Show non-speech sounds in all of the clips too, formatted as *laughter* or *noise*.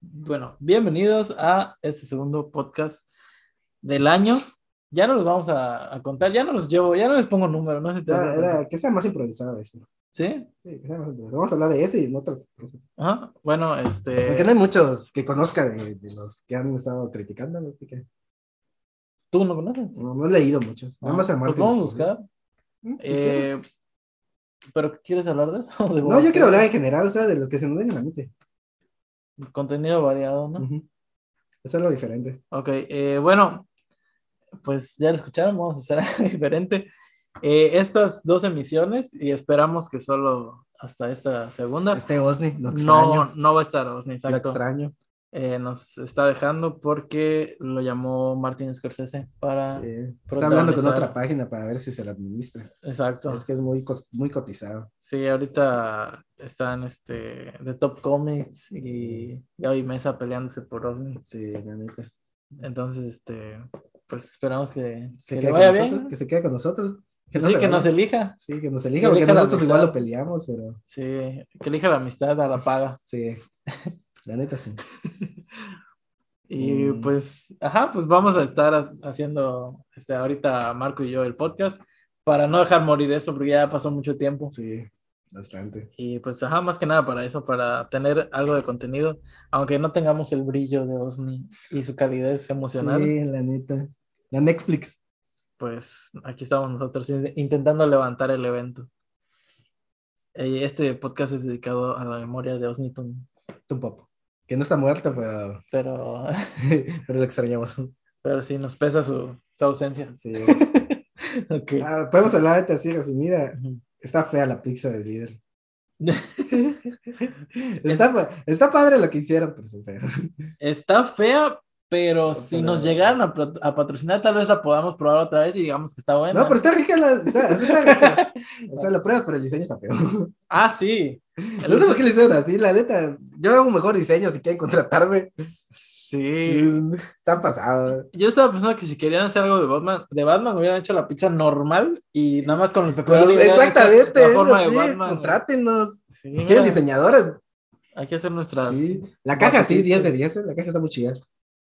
Bueno, bienvenidos a este segundo podcast del año. Ya no los vamos a, a contar, ya no los llevo, ya no les pongo número, no sé si te Era, das cuenta. era- que sea más improvisado esto. ¿Sí? Sí, que sea más improvisado. Vamos a hablar de eso y de otras cosas. Ajá. Bueno, este. Porque no hay muchos que conozca de, de los que han estado criticando, así que ¿Tú no conoces? no, no he leído muchos. Nada más a Los Martin Ah, pues vamos a Scorsese. buscar. ¿Mm? ¿Qué Eh, pues, quieres? ¿Pero quieres hablar de eso? *laughs* ¿De no, yo quiero quiero hablar en general, o sea, de los que se nos vengan a la mente. Contenido variado, ¿no? Ujú. Eso es lo diferente. Ok, eh, bueno, pues ya lo escucharon, vamos a hacer *laughs* algo diferente. Eh, estas dos emisiones, y esperamos que solo hasta esta segunda, Este Osni, lo extraño. no, no va a estar Osni, lo exacto. extraño. Eh, nos está dejando porque lo llamó Martin Scorsese para... Sí. Está protagonizar. hablando con otra página para ver si se la administra. Exacto. Es que es muy, cos- muy cotizado. Sí, ahorita están este, de Top Comics y Gaby Mesa peleándose por Osni. Sí, la neta. Entonces, este, pues esperamos que, que Que, quede le con vaya nosotros, bien. que se quede con nosotros. Que no sí, se que vaya. nos elija. Sí, que nos Que elija, porque elija la nosotros igual amistad. lo peleamos, pero Sí, que elija la amistad a la paga. sí, *laughs* la neta sí. Y Mm. pues, ajá, pues vamos a estar ha- haciendo este, ahorita Marco y yo el podcast para no dejar morir eso porque ya pasó mucho tiempo. Sí, bastante. Y pues, ajá, más que nada para eso, para tener algo de contenido, aunque no tengamos el brillo de Osni y su calidez emocional, Sí, la neta. La Netflix. pues aquí estamos nosotros in- intentando levantar el evento. Eh, Este podcast es dedicado a la memoria de Osni Tun, Un poco. Que no está muerta, pero, *laughs* pero, *laughs* pero lo extrañamos. pero sí nos pesa su, su ausencia. *laughs* *laughs* Sí. Ok. Ah, podemos hablar ahorita así resumida. Ujú. Está fea la pizza de *laughs* líder. está, pa- está padre lo que hicieron, pero está fea. Está fea, pero si Ojalá. nos llegaran a, pro- a patrocinar, tal vez la podamos probar otra vez y digamos que está buena. No, pero está rica la. Está, está *laughs* rica. O sea, la prueba, pero el diseño está feo. Ah, sí. *laughs* No sé por qué le hicieron así, la neta. Yo hago mejor diseño si quieren contratarme. Sí. Están pasados. Yo estaba pensando que si querían hacer algo de Batman, de Batman hubieran hecho la pizza normal y nada más con el pepperoni hubieran hecho Pues, Exactamente. La forma es de así, Batman. Contrátenos. Sí, mira, ¿Quieren diseñadoras? hay que hacer nuestras. Sí. La caja, sí, Batman. 10 de 10. La caja está muy chida.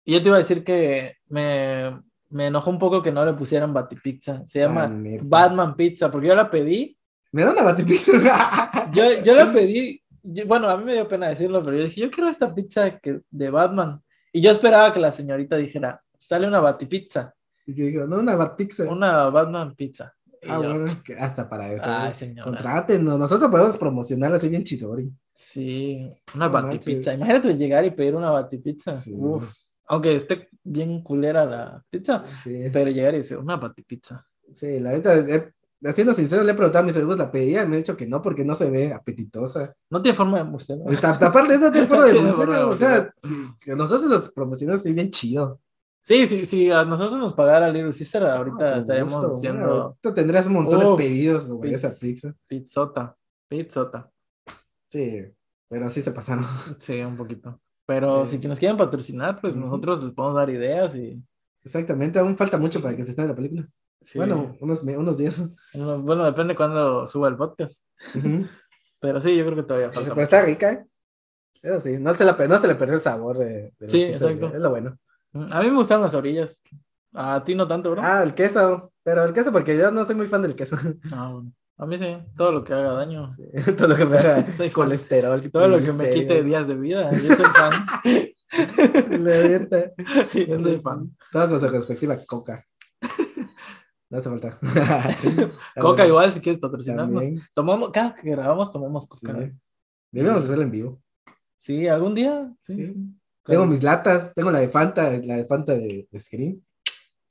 Y yo te iba a decir que me, me enojó un poco que no le pusieran Batipizza. Se Ah, llama neta. Batman Pizza, porque yo la pedí *laughs* Me da una batipizza. Yo, yo la pedí, yo- bueno, a mí me dio pena decirlo, pero yo dije, yo quiero esta pizza que, de Batman. Y yo esperaba que la señorita dijera, sale una batipizza, *laughs* y que digo, no, una batpizza. una Batman pizza. Y Ah, yo, bueno, es que hasta para eso. Ay, güey. señora. Contrátenos. Nosotros podemos promocionar así bien chidori. Sí, una No batipizza. Imagínate llegar y pedir una batipizza. Sí. Uf, aunque esté bien culera la pizza, Sí. pero llegar y decir, una batipizza. Sí, la neta, eh, siendo sincero, le he preguntado a mis amigos, la pedía, me han dicho que no, porque no se ve apetitosa. No tiene forma de museo. ¿no? Está, aparte, eso *laughs* tiene forma de Tiene murciélago, forma de o sea, que nosotros los promocionamos así bien chido. Sí, sí, sí, a nosotros nos pagara Little Sister, Ah, ahorita con estaríamos gusto, diciendo bueno, Tú tendrías un montón Uf, de pedidos sobre pizza. esa pizza. pizzota, pizzota. Sí, pero sí se pasaron. *laughs* Sí, un poquito. Pero Eh, si que nos quieren patrocinar, pues ujú. nosotros les podemos dar ideas y... Exactamente, aún falta mucho para que se estrene la película. sí. Bueno, unos, me- *laughs* unos días. No, bueno, depende cuándo suba el podcast. Ujú. Pero sí, yo creo que todavía falta. Pero está rica, ¿eh? Eso sí, no se, la, pe- no se le perdió el sabor de, de la Sí, pizza, exacto. Es lo bueno. A mí me gustan las orillas. A ti no tanto, ¿verdad? Ah, el queso. Pero el queso, porque yo no soy muy fan del queso. *laughs* Ah, bueno. A mí sí, todo lo que haga daño. Sí, todo lo que me haga *laughs* Soy fan. colesterol. Todo lo que me quite triglicéridos. días de vida. Yo soy *laughs* fan. La neta. yo soy fan. Todos con su respectiva coca. *laughs* No hace falta. *laughs* Ah, Coca igual, si quieres patrocinarnos. También, Tomamos, cada que grabamos tomamos sí. coca. Debemos hacerlo en vivo. Sí, algún día. Sí. Sí. sí. Tengo mis latas, tengo la de Fanta, la de Fanta de, de Scream.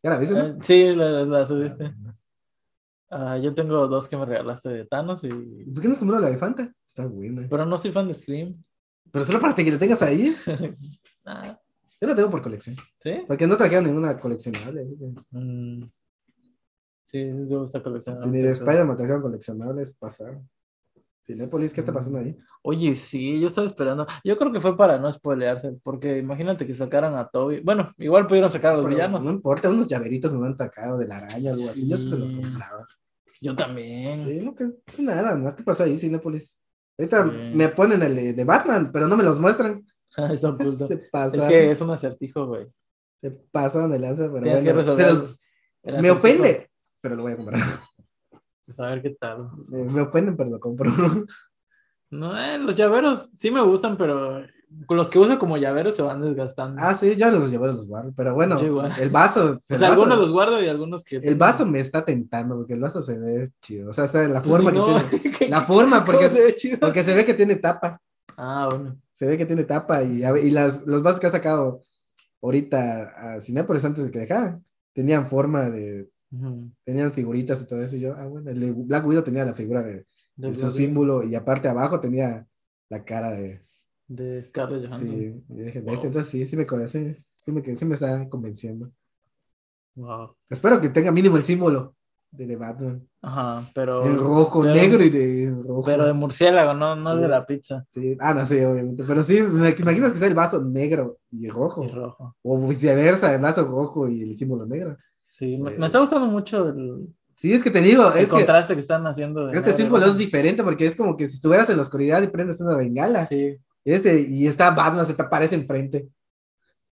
¿Ya la viste? no? Eh, Sí, la, la subiste. Ah, yo tengo dos que me regalaste de Thanos y... ¿Por qué no has comprado la de Fanta? Está buena. Pero no soy fan de Scream. *laughs* Pero solo para que la tengas ahí. Ah, Yo la tengo por colección. ¿Sí? Porque no trajeron ninguna coleccionable. así que- Mm. Sí, yo gusta coleccionar. Si ni de Spider-Man trajeron coleccionables, pasaron. Cinépolis, ¿qué está Mm. pasando ahí? Oye, sí, yo estaba esperando. Yo creo que fue para no spoilearse, porque imagínate que sacaran a Toby. Bueno, igual pudieron sacar a los Pero villanos. No importa, unos llaveritos me han tacado de la araña, algo así. Yo se los Sí. compraba. Yo también. *laughs* Sí, no, que, pues, nada, ¿no? ¿Qué pasó ahí, Cinépolis? Ahorita Sí. me ponen el de, de Batman, pero no me los muestran. Es *laughs* oculto. Se pasan, Es que es un acertijo, güey. se pasan de lanza, pero Tienes que bueno, resolver se los- el me acertijo. ofende, pero lo voy a comprar. *laughs* Pues a ver qué tal. Me me ofenden, pero lo compro. *laughs* No, eh, los llaveros sí me gustan, pero los que uso como llaveros se van desgastando. ah, sí, yo los llevo a los barros, pero bueno, Yo igual. el vaso. o el sea, vaso- algunos los guardo y algunos que. El vaso me está tentando, porque el vaso se ve chido. O sea, está la Pues forma sí, *laughs* que no. tiene. ¿Qué- La forma, cómo porque, se ve chido? porque se ve que tiene tapa. Ah, bueno. Se ve que tiene tapa. Y, a- y las, los vasos que ha sacado ahorita a Cinépolis antes de que dejaran, tenían forma de. Ujú. Tenían figuritas y todo eso. Y yo, ah, bueno, el de Black Widow tenía la figura de, De, su símbolo y aparte abajo tenía la cara de. de Scarlett Johansson. Sí, y dije, Wow. "Bestia", entonces sí, sí me conoce. Sí me, sí me está convenciendo. Wow. Espero que tenga mínimo el símbolo de, de Batman. Ajá, pero. El rojo, Oh, pero- negro y de rojo. Pero de murciélago, no, no Sí. de la pizza. Sí, ah, no, sí, obviamente. Pero sí, me te imaginas que sea el vaso negro y rojo. Y rojo. O viceversa, el vaso rojo y el símbolo negro. Sí, me, Sí. me está gustando mucho el, Sí, es que te digo, el es que contraste que están haciendo. de este negro y símbolo es rojo. diferente porque es como que si estuvieras en la oscuridad y prendes una bengala. Sí, Este, y está Batman, se te aparece enfrente.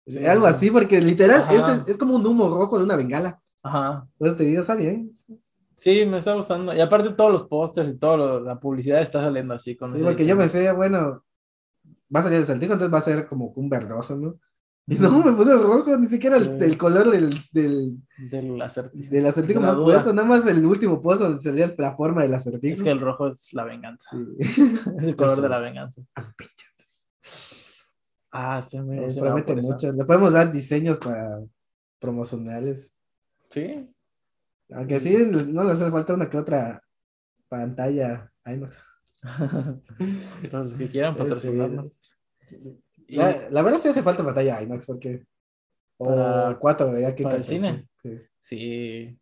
Es Algo así, porque literal Ajá. es, es como un humo rojo de una bengala. ajá. Entonces te digo, está bien. Sí, me está gustando. Y aparte todos los pósters y toda la publicidad está saliendo así con Sí, ese porque yo diseño. pensé, bueno, va a salir el saltico, entonces va a ser como un verdoso, ¿no? Y no, me puse rojo, ni siquiera el, Sí. el color del, del, Del acertijo. del acertijo De me la ha duda. puesto, nada más el último post donde salía la forma del acertijo. Es que el rojo es la *laughs* venganza. *laughs* Sí. Es el color de la venganza. Ah, estoy muy Eh, emocionado promete por eso. mucho. Le podemos dar diseños para promocionales. Sí, *laughs* Aunque sí, no le hace falta una que otra pantalla IMAX. para los que quieran patrocinarnos. Y La, la verdad sí hace falta pantalla IMAX, porque... O Para- cuatro, ya que para el capricho. cine. Sí. sí,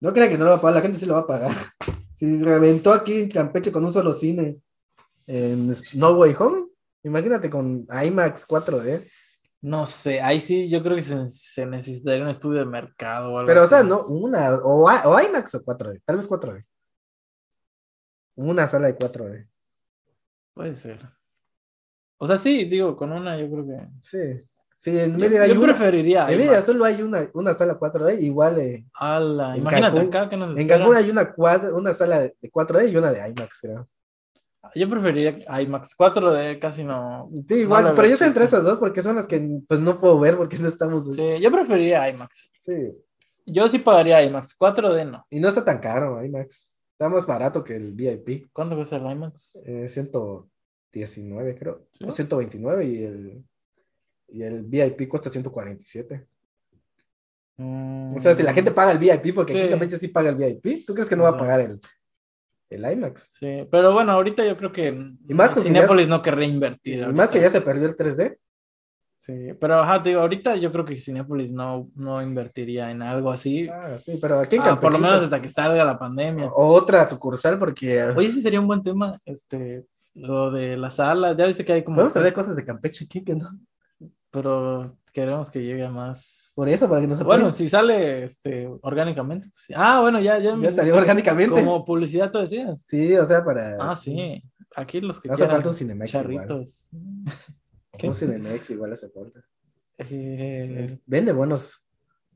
No crean que no lo va a pagar, la gente sí lo va a pagar. *laughs* Si reventó aquí en Campeche con un solo cine en No Way Home, imagínate con IMAX 4D. no sé, ahí sí yo creo que se, se necesitaría un estudio de mercado o algo Pero, o sea, así. no, una, o, I- o IMAX o 4D, tal vez 4D. Una sala de 4D. Puede ser. O sea, sí, digo, con una yo creo que... Sí. Sí, en Yo, Mérida hay yo una. preferiría... En Mérida IMAX. solo hay una, una sala 4D, igual eh, Ala, En imagínate Cancún- acá que nos en espera. Cancún hay una, cuadra- una sala de 4D y una de IMAX, creo. Yo preferiría IMAX 4D, casi no. Sí, igual, la pero veo yo sé entre chiste. esas dos porque son las que pues no puedo ver porque no estamos. Sí, yo preferiría IMAX. sí. Yo sí pagaría IMAX, 4D no. Y no está tan caro IMAX. Está más barato que el VIP. ¿Cuánto cuesta el IMAX? Eh, 119, creo. ¿Sí? O 129 y el, y el VIP cuesta 147. O sea, si la gente paga el VIP, porque Mm. Sí. aquí también sí paga el VIP, ¿tú crees que no va a Ajá. pagar el, el IMAX? Sí, pero bueno, ahorita yo creo que Y más porque Cinépolis no querría invertir. Y ahorita. más que ya se perdió el 3D. Sí, pero ajá, te digo, ahorita yo creo que Cinépolis no, no invertiría en algo así. Ah, sí, pero aquí en Ah, por lo menos Campechito. hasta que salga la pandemia. O otra sucursal, porque eh, Oye, sí sería un buen tema, este, lo de las salas. Ya viste que hay como... podemos hablar de cosas de Campeche aquí, que no. Pero queremos que llegue a más. Por eso, para que no se Bueno, pierda. si sale este, orgánicamente. pues sí. Ah, bueno, ya, ya. Ya salió orgánicamente. Como publicidad tú decías. Sí, o sea, para. Ah, sí. Aquí los que Hace quieran, falta un Cinemex. Igual. charritos. ¿Qué? Un Cinemex igual hace falta. Eh, Vende buenos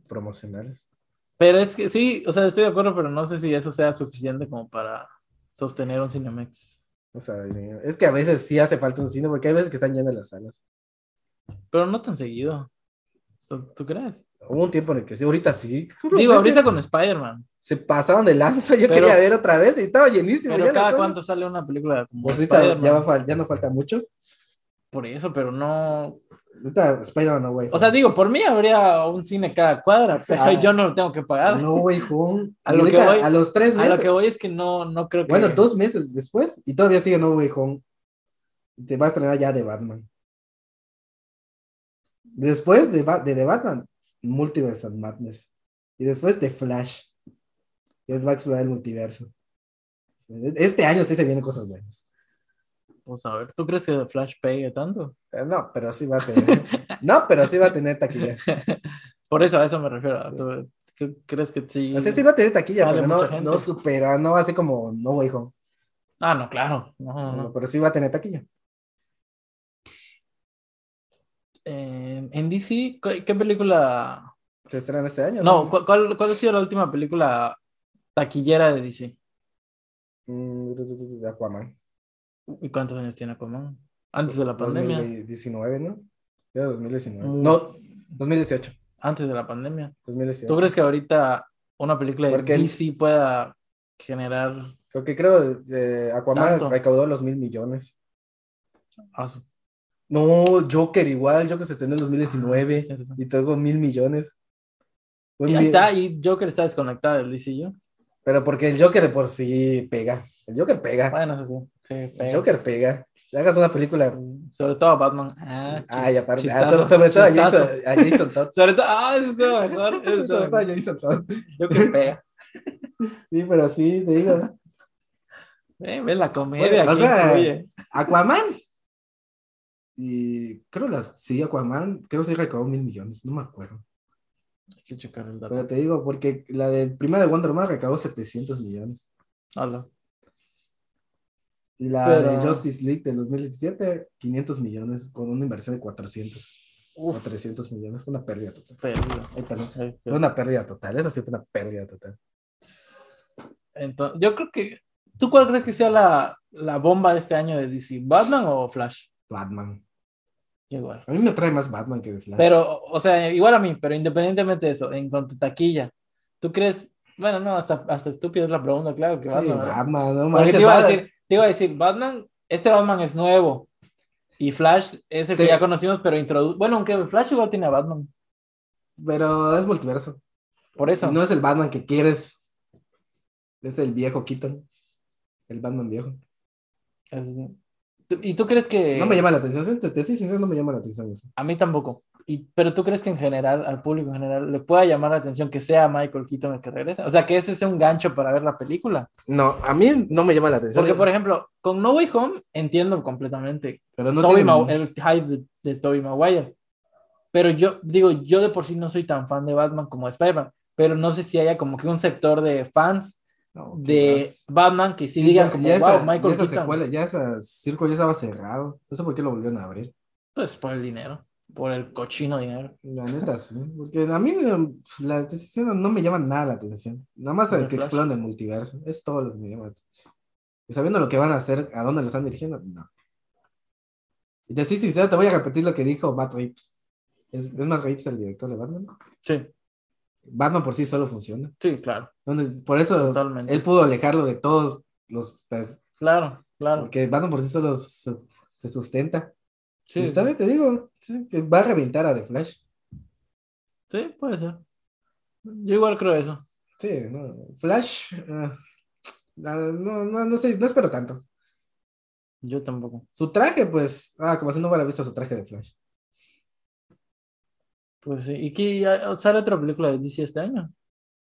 promocionales. pero es que sí, o sea, estoy de acuerdo, pero no sé si eso sea suficiente como para sostener un Cinemex. O sea, es que a veces sí hace falta un cine, porque hay veces que están llenas las salas. Pero no tan seguido. So- ¿Tú crees? Hubo un tiempo en el que sí, ahorita sí. *laughs* Digo, ahorita con Spider-Man. Se pasaron de lanza, yo Pero- quería ver otra vez y estaba llenísimo. Pero ya la cada sala. cuánto sale una película como Pues ahorita ya, va Spider-Man. a fal- ya no falta mucho. Por eso, pero no, Ahorita Spider-Man No Way Home. O sea, digo, por mí habría un cine cada cuadra, *laughs* pero Ah. yo no lo tengo que pagar. No Way Home. A Y lo que ahorita, voy- a los tres a meses. lo que voy es que no, no creo que. Bueno, dos meses después y todavía sigue No Way Home. Te va a estrenar ya de Batman. Después de, Ba- de The Batman, Multiverse and Madness. Y después de Flash. Que es va a explorar el multiverso. Este año sí se vienen cosas buenas. Vamos a ver, ¿tú crees que Flash pegue tanto? Eh, No, pero sí va a tener. *laughs* no, pero sí va a tener taquilla. Por eso a eso me refiero. Sí. ¿Tú qué- crees que sí? O sea, sí va a tener taquilla, Vale, pero no, mucha gente. no supera, no así como No Way Home. Ah, no, claro. No, no, no. Pero sí va a tener taquilla. eh, en DC, ¿qué qué película? Se estrena este año. No, ¿cu- ¿cuál, cuál ha sido la última película taquillera de DC? Mm, Aquaman. ¿Y cuántos años tiene Aquaman? Antes de la pandemia. 2019, ¿no? Era 2019. Mm. No, 2018. Antes de la pandemia. 2018. ¿Tú crees que ahorita una película de Porque el- DC pueda generar Porque creo eh, Aquaman Tanto. recaudó los mil millones. a su- No, Joker igual, Joker se estrenó en 2019 Sí, Ah, sí, sí. y tengo mil millones. Fue Y ahí mi- está, y Joker está desconectada del DCU. Pero porque el Joker de por sí pega. El Joker pega. Bueno, eso sí. sí El pero- Joker pega. Hagas una película. Sobre todo a Batman. Ah, Ay, aparte. ah, chistazo, sobre- sobre todo a chistazo. Jason, a Jason *laughs* Todd. Sobre todo, ah, eso está *laughs* mejor. Eso Sobre está todo a mejor. Jason Todd. Joker pega. Sí, pero sí, te digo. Eh, ves la comedia Bueno, o que sea, incluye. Aquaman. Y creo las. Sí, Aquaman. Creo que sí recaudó mil millones. No me acuerdo. Hay que checar el dato. Pero te digo, porque la de prima de Wonder Woman recaudó 700 millones. Hola. Y la Pero- de Justice League del 2017, 500 millones, con una inversión de 400 o Uf, 300 millones. Fue una pérdida total. perdido. Ay, perdón. Ay, Fue pero- una pérdida total. Esa sí fue una pérdida total. Entonces, yo creo que. ¿Tú cuál crees que sea la, la bomba de este año de DC? ¿Batman o Flash? Batman. Yo Igual. A mí me trae más Batman que Flash. Pero, o sea, igual a mí, pero independientemente de eso, en cuanto a taquilla, ¿tú crees? Bueno, no, hasta, hasta estúpida es la pregunta, claro que Sí, Batman. ¿verdad? Batman, no Porque manches, te iba, a Batman. decir, te iba a decir, Batman, este Batman es nuevo. Y Flash es el que Sí. ya conocimos, pero introduce. Bueno, aunque Flash igual tiene a Batman. Pero es multiverso. Por eso. Y no es el Batman que quieres. Es el viejo Keaton. El Batman viejo. Eso sí. ¿Tú- ¿Y tú crees que.? No me llama la atención. si Te te soy sincero, no me llama la atención eso. A mí tampoco. Y, pero tú crees que en general, al público en general, le pueda llamar la atención que sea Michael Keaton el que regrese? O sea, que ese sea un gancho para ver la película. No, a mí no me llama la atención. Porque, por ejemplo, con No Way Home entiendo completamente pero no Tobey tiene- Mag- el hype de, de Tobey Maguire. Pero yo digo, yo de por sí no soy tan fan de Batman como de Spider-Man, pero no sé si haya como que un sector de fans No, qué mal. de Batman que sí, Sí, digan ya- como, ya wow, esa, ya Michael esa Keaton. secuela, ya ese circo ya estaba cerrado. No sé por qué lo volvieron a abrir. Pues por el dinero, por el cochino dinero. La neta, sí. Porque a mí no, las decisiones no me llaman nada la atención. Nada más ¿De el que Flash? exploran el multiverso. Es todo lo que me llama. la atención. Y sabiendo lo que van a hacer, a dónde lo están dirigiendo, no. Y te soy sincero, te voy a repetir lo que dijo Matt Reeves. ¿Es, es Matt Reeves el director de Batman? Sí, Batman por sí solo funciona. sí, claro, Entonces, por eso totalmente. él pudo alejarlo de todos los... per- Claro, claro. Porque Batman por sí solo se- se sustenta. Sí, Y está bien, te digo, sí, que va a reventar a The Flash. sí, puede ser. Yo igual creo eso. Sí, no. Flash, ah, ah, no, no, no sé, no espero tanto. Yo tampoco. Su traje, pues, ah, como si no hubiera visto su traje de Flash. Pues sí. ¿Y qué ya- sale otra película de DC este año?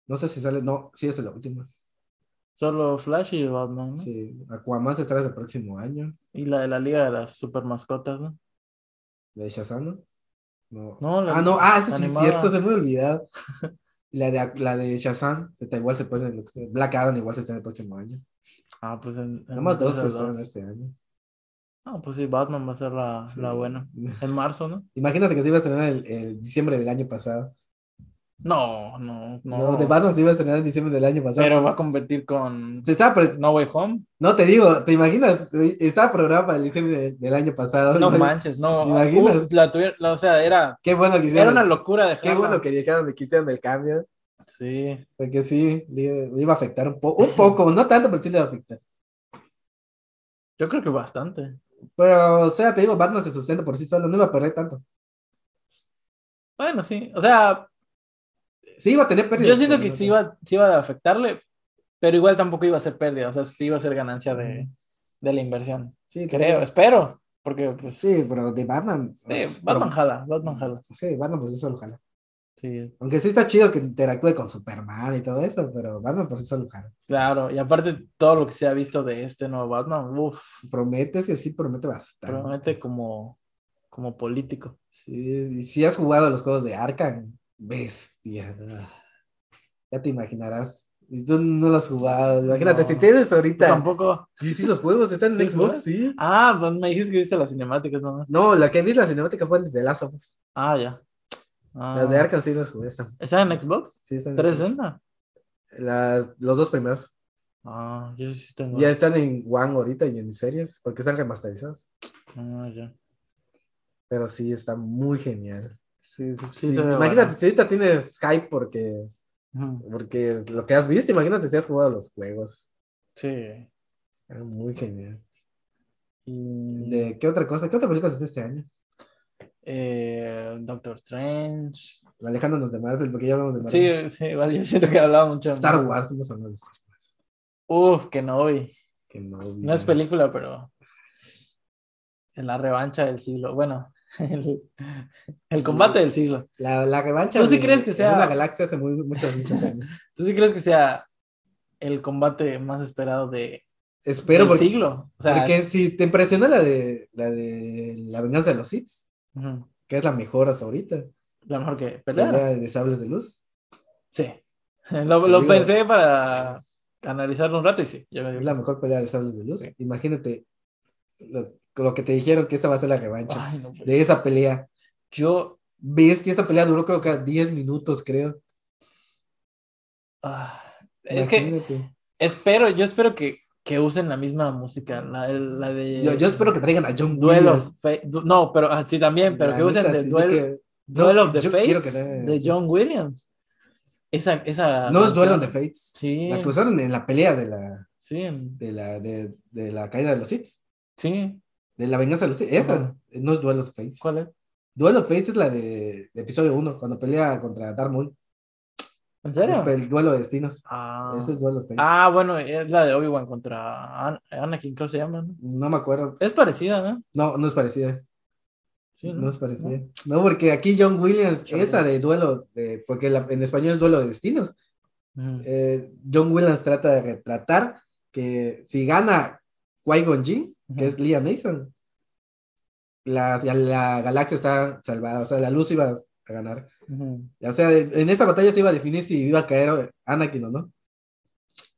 No sé si sale, no, sí, esa es la última. Solo Flash y Batman, ¿no? Sí, Aquaman se estará el próximo año, Y la de la Liga de las Super Mascotas, ¿no? de Shazam, ¿no? No. No, la- ah, no, ah, eso sí es animada. cierto, se me olvidaba. *laughs* La de, la de Shazam, se está- igual se puede, Black Adam igual se está en el próximo año. Ah, pues en, en Nada más dos se esas estrenan dos. este año. Ah, pues sí, Batman va a ser la, la buena. En marzo, ¿no? *laughs* Imagínate que se iba a estrenar el- el diciembre del año pasado. No, no, no. No, de Batman se iba a estrenar en diciembre del año pasado. Pero va a competir con Se estaba pre- No Way Home. No te digo, ¿te imaginas? Estaba programado para el diciembre de- del año pasado. No Imag- manches, no. ¿Te imaginas? Uh, la tuvieron- la- o sea, era, Qué bueno que hicieron. era una locura dejarla. Qué bueno que dejaron, que hicieron el cambio. Sí. Porque sí, le le iba a afectar un poco. Un poco, no tanto, pero sí le iba a afectar. Yo creo que bastante. Pero, o sea, te digo, Batman se sustenta por sí solo, no iba a perder tanto. Bueno, sí. O sea, Sí, iba a tener pérdidas. Yo siento pero que no sí tanto. iba, sí iba a afectarle, pero igual tampoco iba a ser pérdida, o sea, sí iba a ser ganancia de, de la inversión. Sí, te Creo, digo. espero, porque pues, sí, Sí, pero de Batman. pues, Batman pero- jala, Batman jala. Sí, Batman por sí solo jala. Sí, Aunque sí está chido que interactúe con Superman y todo eso, pero Batman por sí solo jala. claro, y aparte todo lo que se ha visto de este nuevo Batman, uff, Prometes que sí, promete bastante. promete como, como político. Sí, si has jugado a los juegos de Arkham, bestia. Ya te imaginarás Y tú no lo has jugado. Imagínate, No. si tienes Tú ahorita. tampoco. Y si los juegos están en ¿Sí, Xbox, Xbox? sí. Ah, pues me dijiste que viste las cinemáticas nomás. No, la que vi la cinemática fue de The Last of Us. Ah, ya. Ah. eh? Las de Arkham sí las jugué. están- ¿Está en Xbox? Sí, están en Xbox. 360. Las- los dos primeros. Ah, yo sí tengo. Ya están en One ahorita y en series, porque están remasterizadas. Ah, ya. Pero sí, está muy genial. Sí, sí, Sí, se ve imagínate, bueno. si ahorita tienes hype porque, Ujú. porque lo que has visto, imagínate si has jugado los juegos. Sí. Está muy genial. Y, ¿De qué otra cosa? ¿Qué otra película hiciste este año? eh, Doctor Strange. Alejándonos de Marvel, porque ya hablamos de Marvel. Sí, sí, igual yo siento que hablaba mucho. Star Wars, hemos hablado de Star Wars. Uf, que no vi. Que no, No es película, pero. Es la revancha del siglo. Bueno, *laughs* el, el combate del siglo. La, la revancha. ¿Tú sí de- crees que de sea- Una galaxia hace muy- muchos, *laughs* muchos años. ¿Tú sí crees que sea el combate más esperado de, Espero del porque, siglo? O sea, porque si te impresiona la de, la de la venganza de los Sith, ujú, que es la mejor hasta ahorita. la mejor que La pelea. de sables de luz. Sí. *laughs* Lo, lo Digo- pensé para analizarlo un rato y sí. Yo me Es digo, la mejor pelea de sables de luz. Sí. Imagínate lo, lo que te dijeron que esta va a ser la revancha "Ay, no, pues". de esa pelea. Yo. Ves que esta pelea duró creo que 10 minutos, creo. ah, es que Imagínate. espero, yo espero que, que usen la misma música. La, la de. Yo, yo espero que traigan a John Duelos. Williams. No, pero ah, sí también, pero La que usen neta, de sí, yo duelo. que- No, Duel of the yo quiero Fates que tenga- de John Williams. Esa, esa No es canción. duelo de Fates. Sí, La que usaron en la pelea de la, sí, en- de la, de, de la caída de los Sith. sí. De la venganza de los Sith. Esa Ajá. no es Duel of Fates. ¿Cuál es? Duel of Fates es la de, de episodio 1, cuando pelea contra Darth Maul. ¿En Es serio? el duelo de destinos. Ah. Ese es Duel of Fates. Ah, bueno, es la de Obi-Wan contra An- Anakin, creo que se llama, ¿no? No me acuerdo. Es parecida, ¿no? No, no es parecida. Sí, Ah. No es parecida. No, porque aquí John Williams, Chale. esa de duelo, de, porque la- en español es duelo de destinos. Ujú. eh, John Williams trata de retratar que si gana Qui-Gon Jinn, que Ujú. es Liam Neeson, la, la galaxia está salvada, o sea, la luz iba a ganar. Ujú. O sea, en esa batalla se iba a definir si iba a caer Anakin o no.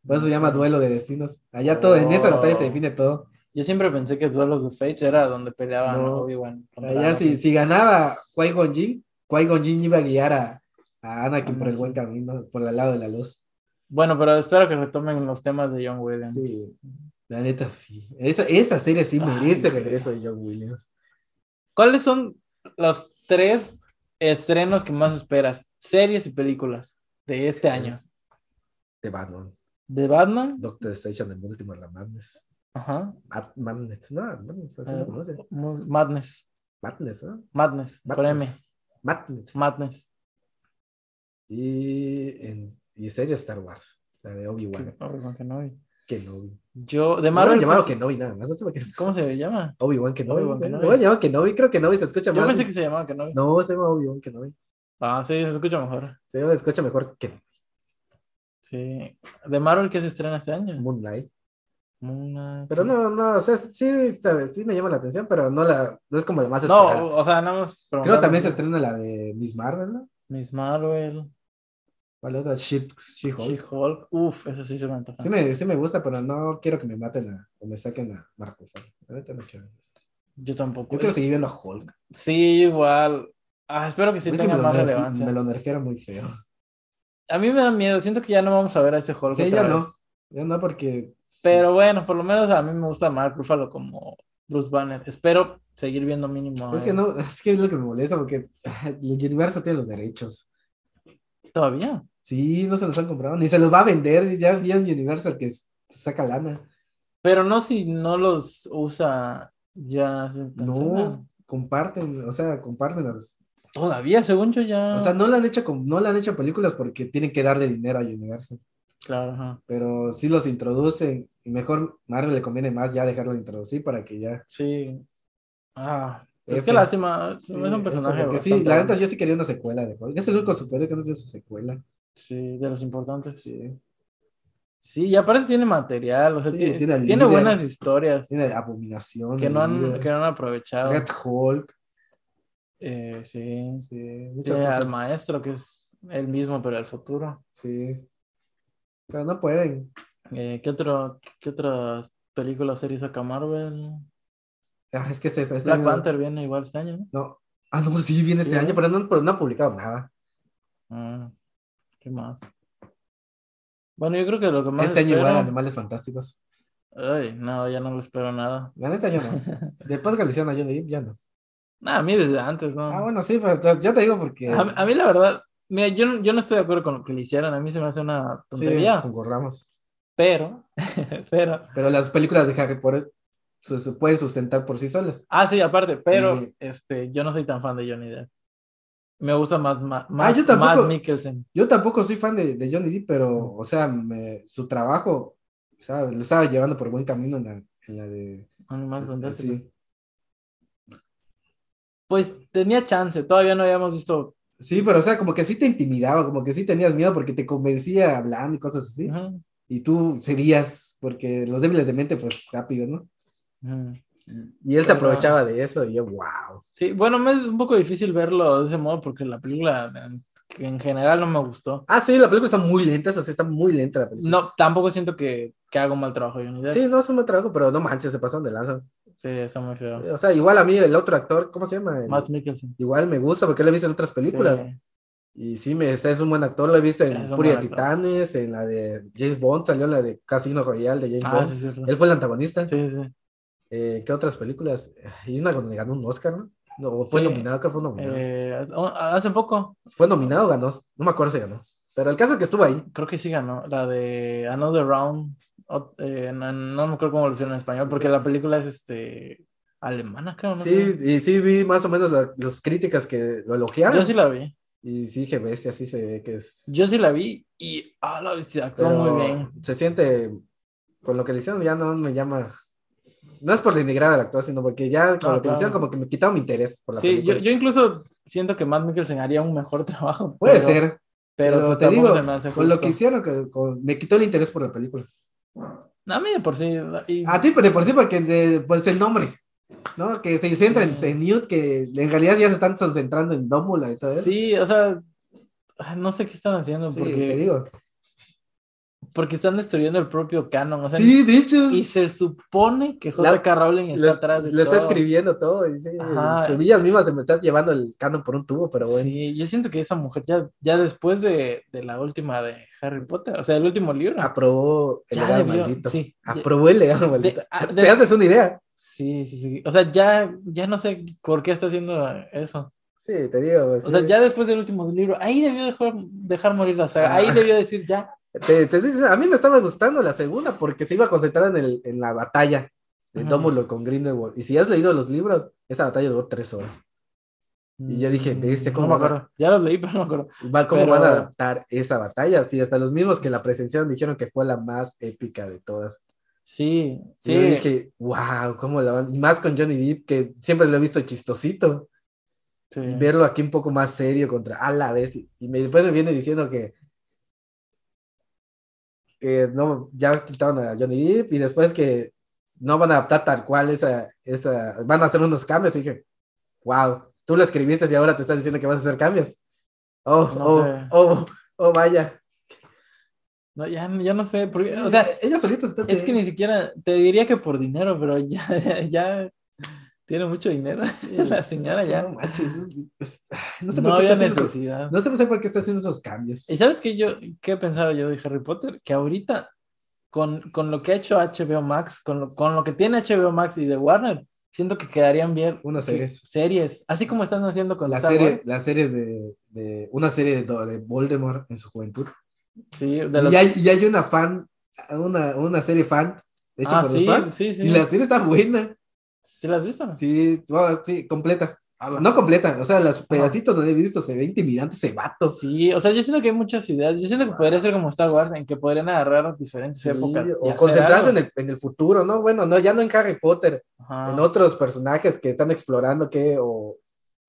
Por eso se llama duelo de destinos. Allá todo, en esa batalla Oh. se define todo. Yo siempre pensé que Duel of the Fates era donde peleaban No. Obi-Wan. contra Allá si, Anakin. si ganaba Qui-Gon Jinn, Qui-Gon Jinn iba a guiar a, a Anakin por el buen camino, por el lado de la luz. Bueno, pero espero que retomen los temas de John Williams. Sí, la neta sí. Esa, esa serie sí Ay, merece el güey. regreso de John Williams. ¿Cuáles son los tres estrenos que más esperas? Series y películas de este Pues, año. De Batman. De Batman. Doctor Strange and the Multiverse of Madness. Ajá. Mad- Madness, no, Madness, así se Eh, conoce. mu- Madness. Madness, ¿no? Madness. Por M. Madness. Madness. Madness. Y, en, y serie Star Wars, la de Obi-Wan, Obi-Wan Kenobi. Kenobi. Yo, de Me han Marvel. llamado pues, Kenobi nada más, no sé por qué. ¿Cómo se llama? Obi-Wan Kenobi. Obi-Wan ¿sí? Kenobi. Me han llamado Kenobi, creo que Kenobi se escucha Yo más. pensé que se llamaba Kenobi. No, se llama Obi-Wan Kenobi. Ah, sí, se escucha mejor. Se llama- se escucha mejor que Sí. De Marvel, ¿qué se estrena este año? Moonlight. Una- Pero no, no, o sea, sí, ¿sabes? sí me llama la atención, pero no la, no es como la más esperada. No, o sea, nada más. Creo preguntarme. que también se estrena la de Miss Marvel, ¿no? Miss Marvel, ¿Cuál otra? Shit, She-Hulk. She-Hulk. Uf, eso sí se me antoja. Sí me, sí me gusta, pero no quiero que me maten a, o me saquen a Marcus. La neta no quiero eso. Yo tampoco. Yo quiero seguir viendo a Hulk. Sí, igual. Ah, espero que sí Es que tenga me, más lo nerf- relevancia. me lo nerfearon muy feo. A mí me da miedo. Siento que ya no vamos a ver a ese Hulk. Sí, otra ya no. vez. Yo no, porque Pero bueno, por lo menos a mí me gusta Mark Ruffalo como Bruce Banner. Espero seguir viendo mínimo. a es que él. no, es que es lo que me molesta, porque *laughs* el universo tiene los derechos. Todavía. Sí, no se los han comprado, ni se los va a vender, ya bien Universal que s- saca lana. Pero no si no los usa ya. se cancelan. No, comparten, o sea, comparten las. Todavía, según yo ya. O sea, no le han hecho con- no le han hecho películas porque tienen que darle dinero a Universal. Claro, ajá. Pero sí los introducen, y mejor Marvel le conviene más ya dejarlo introducir para que ya. Sí. Ah. pero Es F. que lástima. Sí, es un personaje. porque sí, bastante la bueno. neta yo sí quería una secuela de Hulk. Es el único superhéroe que no tiene su secuela. Sí, de los importantes. Sí. Sí. y aparte tiene material. O sea, Sí, tiene, tiene al tiene líder. buenas historias. Tiene Abominación. que no han, Líder, que no han aprovechado. Red Hulk. Eh, sí. ah. Sí, muchas Tiene cosas. al maestro, que es el mismo, pero del futuro. Sí. Pero no pueden. Eh, ¿qué, otro, ¿Qué otras películas series saca Marvel? Ah, es que este, este Black año- Panther viene igual este año, ¿no? No. Ah, no, sí, viene este Sí. año, pero no, pero no ha publicado nada. Ah, ¿Qué más? Bueno, yo creo que lo que más este año espero- igual, Animales Fantásticos. Ay, no, ya no lo espero *laughs* nada. La neta, yo no. Después que le hicieron a Johnny Depp, ya no. Nada, a mí desde antes, ¿no? Ah, bueno, sí, pero yo- yo te digo porque. a, a mí la verdad, mira, yo, no- yo no estoy de acuerdo con lo que le hicieron, a mí se me hace una sí, tontería, concordamos. pero, *laughs* pero, Pero las películas de Harry Potter se, se pueden sustentar por sí solas. ah, sí, aparte, pero, Y- este, yo no soy tan fan de Johnny Depp. Me gusta más, más, Ah, yo más tampoco. Matt Mikkelsen. Yo tampoco soy fan de, de Johnny Depp, pero, o sea, me- su trabajo, o sea, lo estaba llevando por buen camino en la, en la de. Animal Fantástico. Eh, Sí, Pues tenía chance, todavía no habíamos visto. Sí, pero, o sea, como que sí te intimidaba, como que sí tenías miedo porque te convencía hablando y cosas así. Ujú, Y tú cedías, porque los débiles de mente, pues rápido, ¿no? ujú. Y él se Pero- aprovechaba de eso y yo, wow. Sí, bueno, me es un poco difícil verlo de ese modo porque la película en, en general no me gustó. Ah, sí, la película está muy lenta, o sea, está muy lenta la película. No, tampoco siento que, que haga un mal trabajo de unidad. Sí. Sí, no es un buen trabajo, pero no manches, se pasaron de lanza. está muy feo. O sea, igual a mí el otro actor, ¿cómo se llama? El- Matt Mikkelsen. Igual me gusta porque lo he visto en otras Eh, películas. Sí. Y sí, me, es un buen actor, lo he visto Es en un Furia de buen actor. Titanes, en la de James Bond, salió en la de Casino Royale de James Ah, Bond. sí, es cierto. Él fue el antagonista. Sí, sí. Eh, ¿Qué otras películas? Y una donde ganó un Oscar, ¿no? No, fue Sí. nominado, creo que fue nominado. Eh, hace poco, Fue nominado, ganó. No me acuerdo si ganó. Pero el caso es que estuvo ahí. creo que sí ganó, la de Another Round. o- eh, no, no me acuerdo cómo lo hicieron en español, porque Sí. la película es este alemana, creo. ¿no? Sí, y sí vi más o menos la- las críticas que lo elogiaron. Yo sí la vi. Y sí, que bestia, así se ve que es. Yo sí la vi y ah, la bestia, actuó Pero muy bien. Se siente. Con lo que le hicieron ya no me llama. No es por denigrar al actor, sino porque ya con No, lo que le hicieron claro. como que me quitaron mi interés por la Sí, yo, película. yo incluso siento que Matt Mikkelsen haría un mejor *laughs* trabajo. Puede pero- ser, pero, pues, te tampoco digo, se me hace con lo que justo. hicieron que- con- me quitó el interés por la película. A mí de por sí. y- A ti pues, de por sí, porque de- pues el nombre, ¿no? Que se centra en, Sí. en Newt, que en realidad ya se están concentrando en Dómula y todo eso. sí, o sea, ah, no sé qué están haciendo Sí, te porque, digo. porque están destruyendo el propio canon. O sea, sí, de hecho, Y se supone que La- J.K. Rowling está lo, atrás de lo está todo. escribiendo todo. Y sí, Ajá. Semillas mismas se me está llevando el canon por un tubo, pero bueno. Sí, yo siento que esa mujer ya, ya después de, de la última de Harry Potter, o sea, el último libro, aprobó Ah, el Ya legado debió- maldito. sí, ya- aprobó el legado maldito. de- ah, Te de- haces una idea. sí, sí, sí. O sea, ya, ya no sé por qué está haciendo eso. Sí, te digo. pues, O sea, sí. ya después del último libro, ahí debió dejar, dejar morir la saga. Ahí Ah. debió decir ya. Te- te dices, a mí me estaba gustando la segunda porque se iba a concentrar en, el, en la batalla de Ajá. Dumbledore con Grindelwald. Y si has leído los libros, esa batalla duró tres horas. Y yo dije, bestia, ¿cómo Mm, No me van a- acuerdo. Ya los leí, pero no me acuerdo. Va- ¿Cómo Pero- van a adaptar esa batalla? Sí, hasta los mismos que la presenciaron dijeron que fue la más épica de todas. Sí, Sí. sí. Y yo dije, wow, ¿cómo la van? Y más con Johnny Depp, que siempre lo he visto chistosito. sí. y verlo aquí un poco más serio contra a la vez y me, después me viene diciendo que que no ya quitaron a Johnny Depp y después que no van a adaptar tal cual esa esa van a hacer unos cambios y dije wow tú lo escribiste y ahora te estás diciendo que vas a hacer cambios oh No oh, sé. oh oh vaya No, ya, ya no sé. porque- o sea, ella solita se está es que ni siquiera te diría que por dinero, pero ya, *laughs* ya tiene mucho dinero. *laughs* La señora Es que ya no, manches, es- es- no no, sé por había qué está haciendo esos- necesidad. no sé no sé por qué está haciendo esos cambios ¿Y sabes qué yo qué pensaba yo de Harry Potter? Que ahorita con, con lo que ha hecho HBO Max, con lo, con lo que tiene HBO Max y de Warner, siento que quedarían bien unas series series, así como están haciendo con La Star serie, Wars. las series de, de- una serie de, do- de Voldemort en su juventud. Sí, de los- Y, hay, y hay una fan, una, una serie fan hecha Ah, por sí, los fans. sí, sí. Y la serie está buena. ¿Sí las has visto? Sí, bueno, sí, completa. Ala. No completa, o sea, los pedacitos donde he visto se ve intimidante ese vato. Sí, o sea, yo siento que hay muchas ideas. Yo siento que podría ser como Star Wars, en que podrían agarrar diferentes Sí, épocas. y o hacer concentrarse algo. en el, en el futuro, ¿no? Bueno, no, ya no en Harry Potter, Ajá, en otros personajes que están explorando que, o,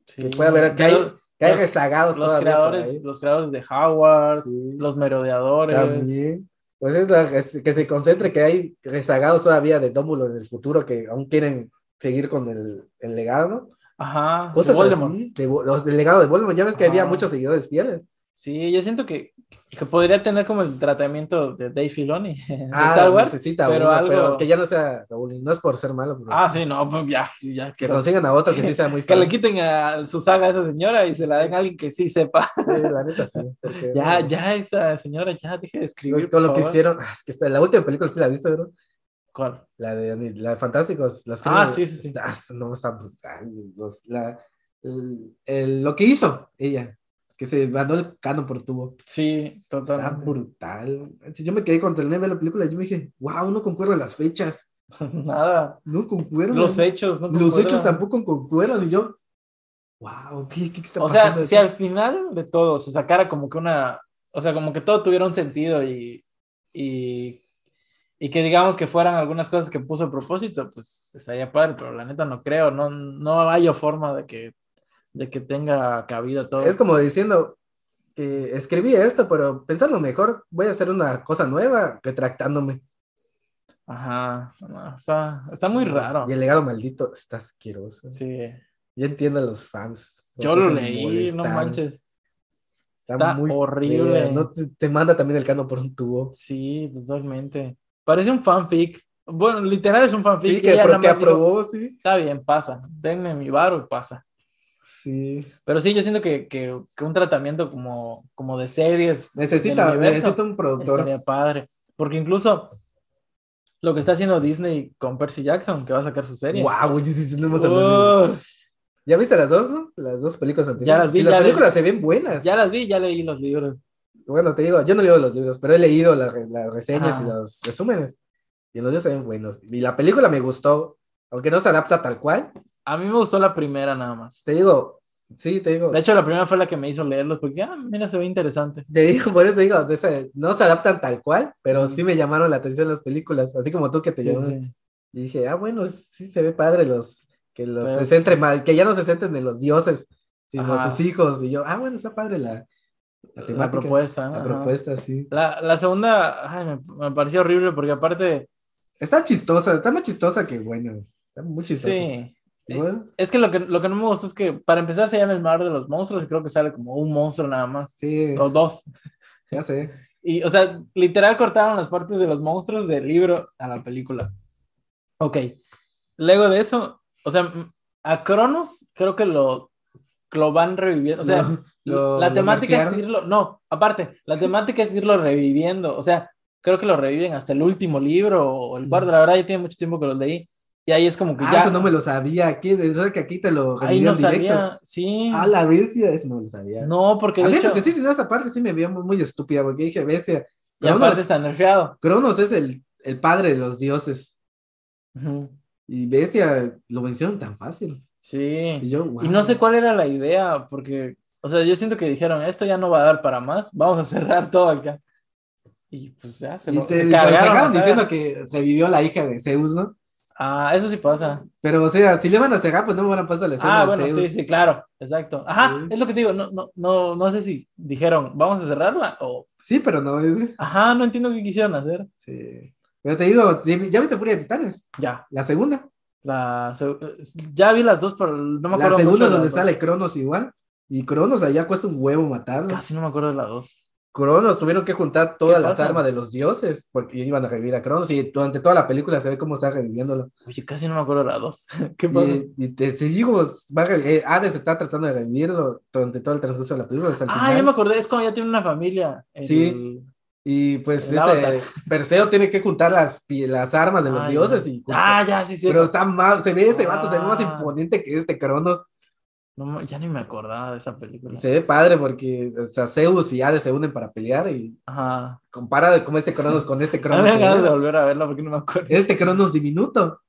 sí. que puede haber, que Ya hay, lo- que hay los- rezagados los todavía por creadores, ahí. los creadores de Howard, Sí. los merodeadores. También. Pues es la- es- que se concentre que hay rezagados todavía de Dumbledore en el futuro que aún quieren seguir con el, el legado. Ajá. Cosas Ah, Voldemort. Ah. así, de Vo- los del legado de Voldemort. Ya ves que había Ajá. muchos seguidores fieles. Sí, yo siento que, que podría tener como el tratamiento de Dave Filoni *laughs* de Ah, Star Wars. necesita pero uno, algo- pero que ya no sea Raúl, y no es por ser malo, pero Ah, sí, no, pues ya, ya. que Que, consigan a otro que sí sea *laughs* muy que fan. le quiten a su saga a esa señora y se la den a alguien que sí sepa. Sí, la neta, sí. porque- Ya, ya, esa señora, ya, deje de No, es escribir. Con por lo que favor. hicieron, *laughs* ah, es que esta- la última película sí la viste, bro. ¿Cuál? La de, la de Fantásticos. Las Ah, crímenes- sí, sí, sí. está- ah, no, está brutal. los- la- el- el- lo que hizo ella, que se ganó el cano por tubo. Sí, Está totalmente. brutal. Si yo me quedé contra el meme de la película, yo me dije, wow, no concuerdan las fechas. *laughs* Nada. No concuerdan. Los hechos, ¿no? Los hechos concuerdan. tampoco concuerdan. Y yo, wow, ¿qué, qué está O pasando? sea, si al final de todo se sacara como que una, o sea, como que todo tuviera un sentido y, y, y que digamos que fueran algunas cosas que puso a propósito, pues estaría padre, pero la neta no creo, no, no hay forma de que, de que tenga cabida todo. Es como diciendo que escribí esto, pero pensarlo mejor, voy a hacer una cosa nueva, retractándome. Ajá, no, está, está muy raro. Y el legado maldito está asqueroso. Sí, Yo entiendo a los fans. yo lo Se leí, no molestan. manches. Está, Está muy horrible. horrible. No, te, te manda también el cano por un tubo. Sí, totalmente. Parece un fanfic. Bueno, literal es un fanfic. Sí, y que ella apro- nada te más dijo, aprobó, sí. Está bien, pasa. Denme mi varo y pasa. Sí. Pero sí, yo siento que, que, que un tratamiento como, como de series. Necesita, del universo necesita un productor. Estaría padre. Porque incluso lo que está haciendo Disney con Percy Jackson, que va a sacar su serie. Wow, yo sí, sí, no hemos hablado. Uh, Ya viste las dos, ¿no? Las dos películas anteriores. Ya las vi, Sí, ya las vi. películas se ven buenas. ya las vi, ya leí los libros. Bueno, te digo, yo no leo los libros, pero he leído las, re- las reseñas Ajá. y los resúmenes. Y los libros se ven buenos. Y la película me gustó, aunque no se adapta tal cual. A mí me gustó la primera nada más. Te digo, sí, te digo. De hecho, la primera fue la que me hizo leerlos porque, ah, mira, se ve interesante. Te digo, *laughs* por eso te digo, de ese- no se adaptan tal cual, pero Ujú. sí me llamaron la atención las películas, así como tú que te Sí, llamaron. sí. Y dije, ah, bueno, sí se ve padre los que los Sí. se centren mal, que ya no se centren en los dioses, sino Ajá. sus hijos. Y yo, ah, bueno, está padre la, la La temática, propuesta. la ajá. propuesta, sí. La, la segunda, ay, me, me pareció horrible porque aparte, Está chistosa, está más chistosa que bueno. Está muy chistosa. sí, Y bueno, Es que lo, que lo que no me gusta es que para empezar se llama el mar de los monstruos y creo que sale como un monstruo nada más. sí, O dos. ya sé. Y, o sea, literal cortaron las partes de los monstruos del libro a la película. Ok. Luego de eso, o sea, m- a Cronos creo que lo, lo van reviviendo. O sea, Lo- lo- la lo temática es nerfearon. irlo. No, aparte, la temática es irlo reviviendo. O sea, creo que lo reviven hasta el último libro o el cuarto. La verdad, ya tiene mucho tiempo que los leí. Y ahí es como que Mm. Ah, ya. eso no me lo sabía. Aquí, eso que aquí te lo ahí no revivieron directo. Ah, sabía. Sí. A la bestia, eso no me lo sabía. No, porque a de mí, hecho, te sí, sí, esa parte sí me veía muy, muy estúpida, porque dije, bestia, y aparte Cronos, está nerfeado. Cronos es el, el padre de los dioses. Ujú. Y bestia, lo vencieron tan fácil. Y Sí. yo, wow. Y no sé cuál era la idea, porque, o sea, yo siento que dijeron, esto ya no va a dar para más, vamos a cerrar todo acá. Y pues ya, se Y lo te, se te cargaron, sacaron o sea. diciendo que se vivió la hija de Zeus, ¿no? Ah, eso sí pasa. Pero, o sea, si le van a cegar, pues no me van a pasar la Ah, escena de bueno, Zeus. sí, sí, claro, exacto. Ajá, Sí. es lo que te digo, no, no, no, no sé si dijeron, vamos a cerrarla o... Sí, pero no es. Ajá, no entiendo qué quisieron hacer. sí. Pero te digo, sí, ¿ya viste Furia de Titanes? Ya, La segunda. la, se- ya vi las dos, pero no me acuerdo la segunda mucho de donde las dos. sale Cronos igual. Y Cronos allá cuesta un huevo matarlo. Casi no me acuerdo de las dos. Cronos tuvieron que juntar todas las pasa? armas de los dioses porque iban a revivir a Cronos y durante toda la película se ve cómo está reviviéndolo. Oye, casi no me acuerdo de las dos. *laughs* ¿Qué pasa? Y, y te si digo, va a revi- eh, Hades está tratando de revivirlo durante todo el transcurso de la película hasta el Ah, final. ya me acordé, es cuando ya tiene una familia. El- Sí. Y pues El Avatar. ese Perseo tiene que juntar las, pi- las armas de los Ah, dioses ya. y junta- Ah, ya, sí, sí. pero está más, se ve ese vato, se ve más Ah. imponente que este Cronos. No me- ya ni me acordaba de esa película. Y se ve padre porque o sea, Zeus y Hades se unen para pelear y Ajá. compara de cómo este Cronos *laughs* con este No Cronos. me dan que ganas de era. volver a verla porque no me acuerdo. Este Cronos diminuto.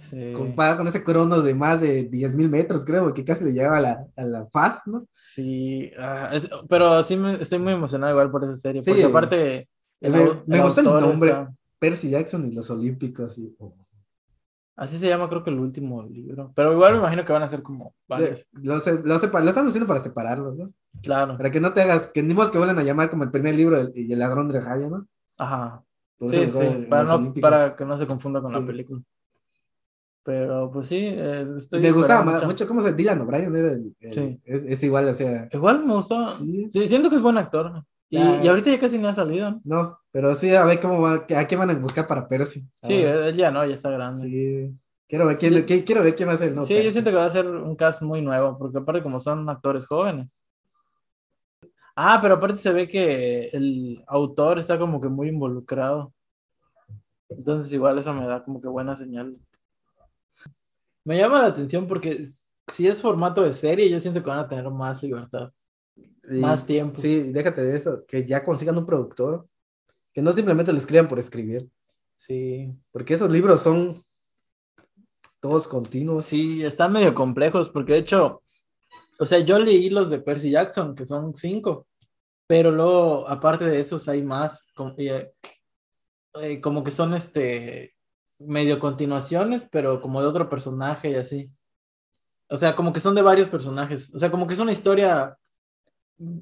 Sí. comparado con ese Cronos de más de 10.000 metros, creo, que casi le llegaba a la, a la faz, ¿no? Sí, ah, es- pero sí me- estoy muy emocionado igual por esa serie. Sí. Porque aparte. Me- au- me gusta el autor nombre. está- Percy Jackson y los Olímpicos. Y, oh. Así se llama, creo que el último libro. Pero igual me Ah. imagino que van a ser como varios. eh, Lo, se- lo sepa- lo están haciendo para separarlos, ¿no? Claro. Para que no te hagas, que ni modo que vuelvan a llamar como el primer libro el- y el ladrón de rabia, ¿no? Ajá. Por Sí, eso mejor sí. los Para, no- Olímpicos. para que no se confunda con Sí. la película. Pero pues sí, eh, estoy. Me gustaba más- esperando mucho cómo se Dylan O'Brien era el- el- Sí. Ah. es, es igual, o sea, Igual me gustó. sí, Sí, siento que es buen actor. Y, Ya. y ahorita ya casi no ha salido. ¿no? no, pero sí, a ver cómo va, a quién van a buscar para Percy. Sí, Ahora, él ya no, ya está grande. Sí, sí. Quiero ver quién, Yo- qui- quiero ver quién va a ser el nuevo yo Percy. siento que va a ser un cast muy nuevo, porque aparte como son actores jóvenes. Ah, pero aparte se ve que el autor está como que muy involucrado. Entonces igual eso me da como que buena señal. Me llama la atención porque si es formato de serie, yo siento que van a tener más libertad, Y- más tiempo. Sí, déjate de eso, que ya consigan un productor, que no simplemente lo escriban por escribir, sí. porque esos libros son todos continuos. Sí, están medio complejos porque de hecho, o sea, yo leí los de Percy Jackson, que son cinco, pero luego, aparte de esos, hay más, com- y, eh, eh, como que son este, medio continuaciones, pero como de otro personaje y así. O sea, como que son de varios personajes, o sea, como que es una historia, mm,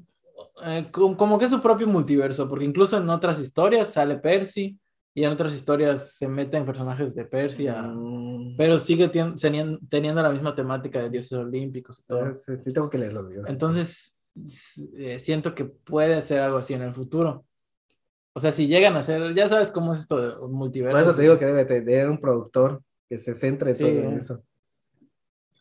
eh, com- como que es su propio multiverso, porque incluso en otras historias sale Percy y en otras historias se meten personajes de Percy a... Mm, Pero sigue tien- tenien- teniendo la misma temática de dioses olímpicos y todo. entonces, sí, tengo que leer los libros. Entonces, s- eh, siento que puede ser algo así en el futuro. O sea, si llegan a ser, ya sabes cómo es esto de un multiverso. Por eso te digo que debe tener un productor que se centre Sí, solo en eh. eso. *laughs*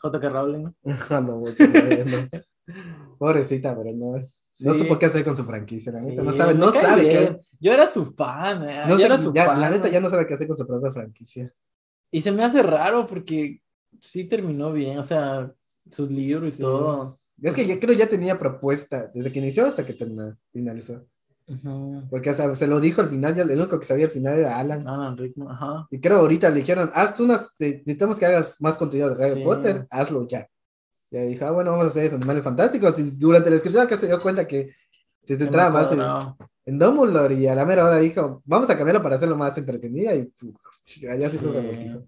J.K. Rowling. ¿no? No, no, mucho, *laughs* no, no. Pobrecita, pero no. No Sí. supo qué hacer con su franquicia, la neta. No Sí, sabe, no me cae sabe bien. qué. Yo era su fan, eh, no yo sé- era su ya- fan. la neta ya no sabe qué hacer con su propia franquicia. Y se me hace raro porque sí terminó bien, o sea, sus libros y Sí. todo. Es que yo creo ya tenía propuesta desde que inició hasta que terminó, finalizó. Ujú. Porque o sea, se lo dijo al final, ya el único que sabía al final era Alan. Alan Rickman, ajá. Y creo ahorita le dijeron, haz tú unas, te- necesitamos que hagas más contenido de Harry Sí. Potter, hazlo ya. Y ahí dijo, ah, bueno, vamos a hacer Animales Fantásticos. Y durante la escritura que se dio cuenta que se centraba No me más en, acuerdo. en Dumbledore y a la mera hora dijo, vamos a cambiarlo para hacerlo más entretenida y puf, allá se hizo un Sí. revoltijo.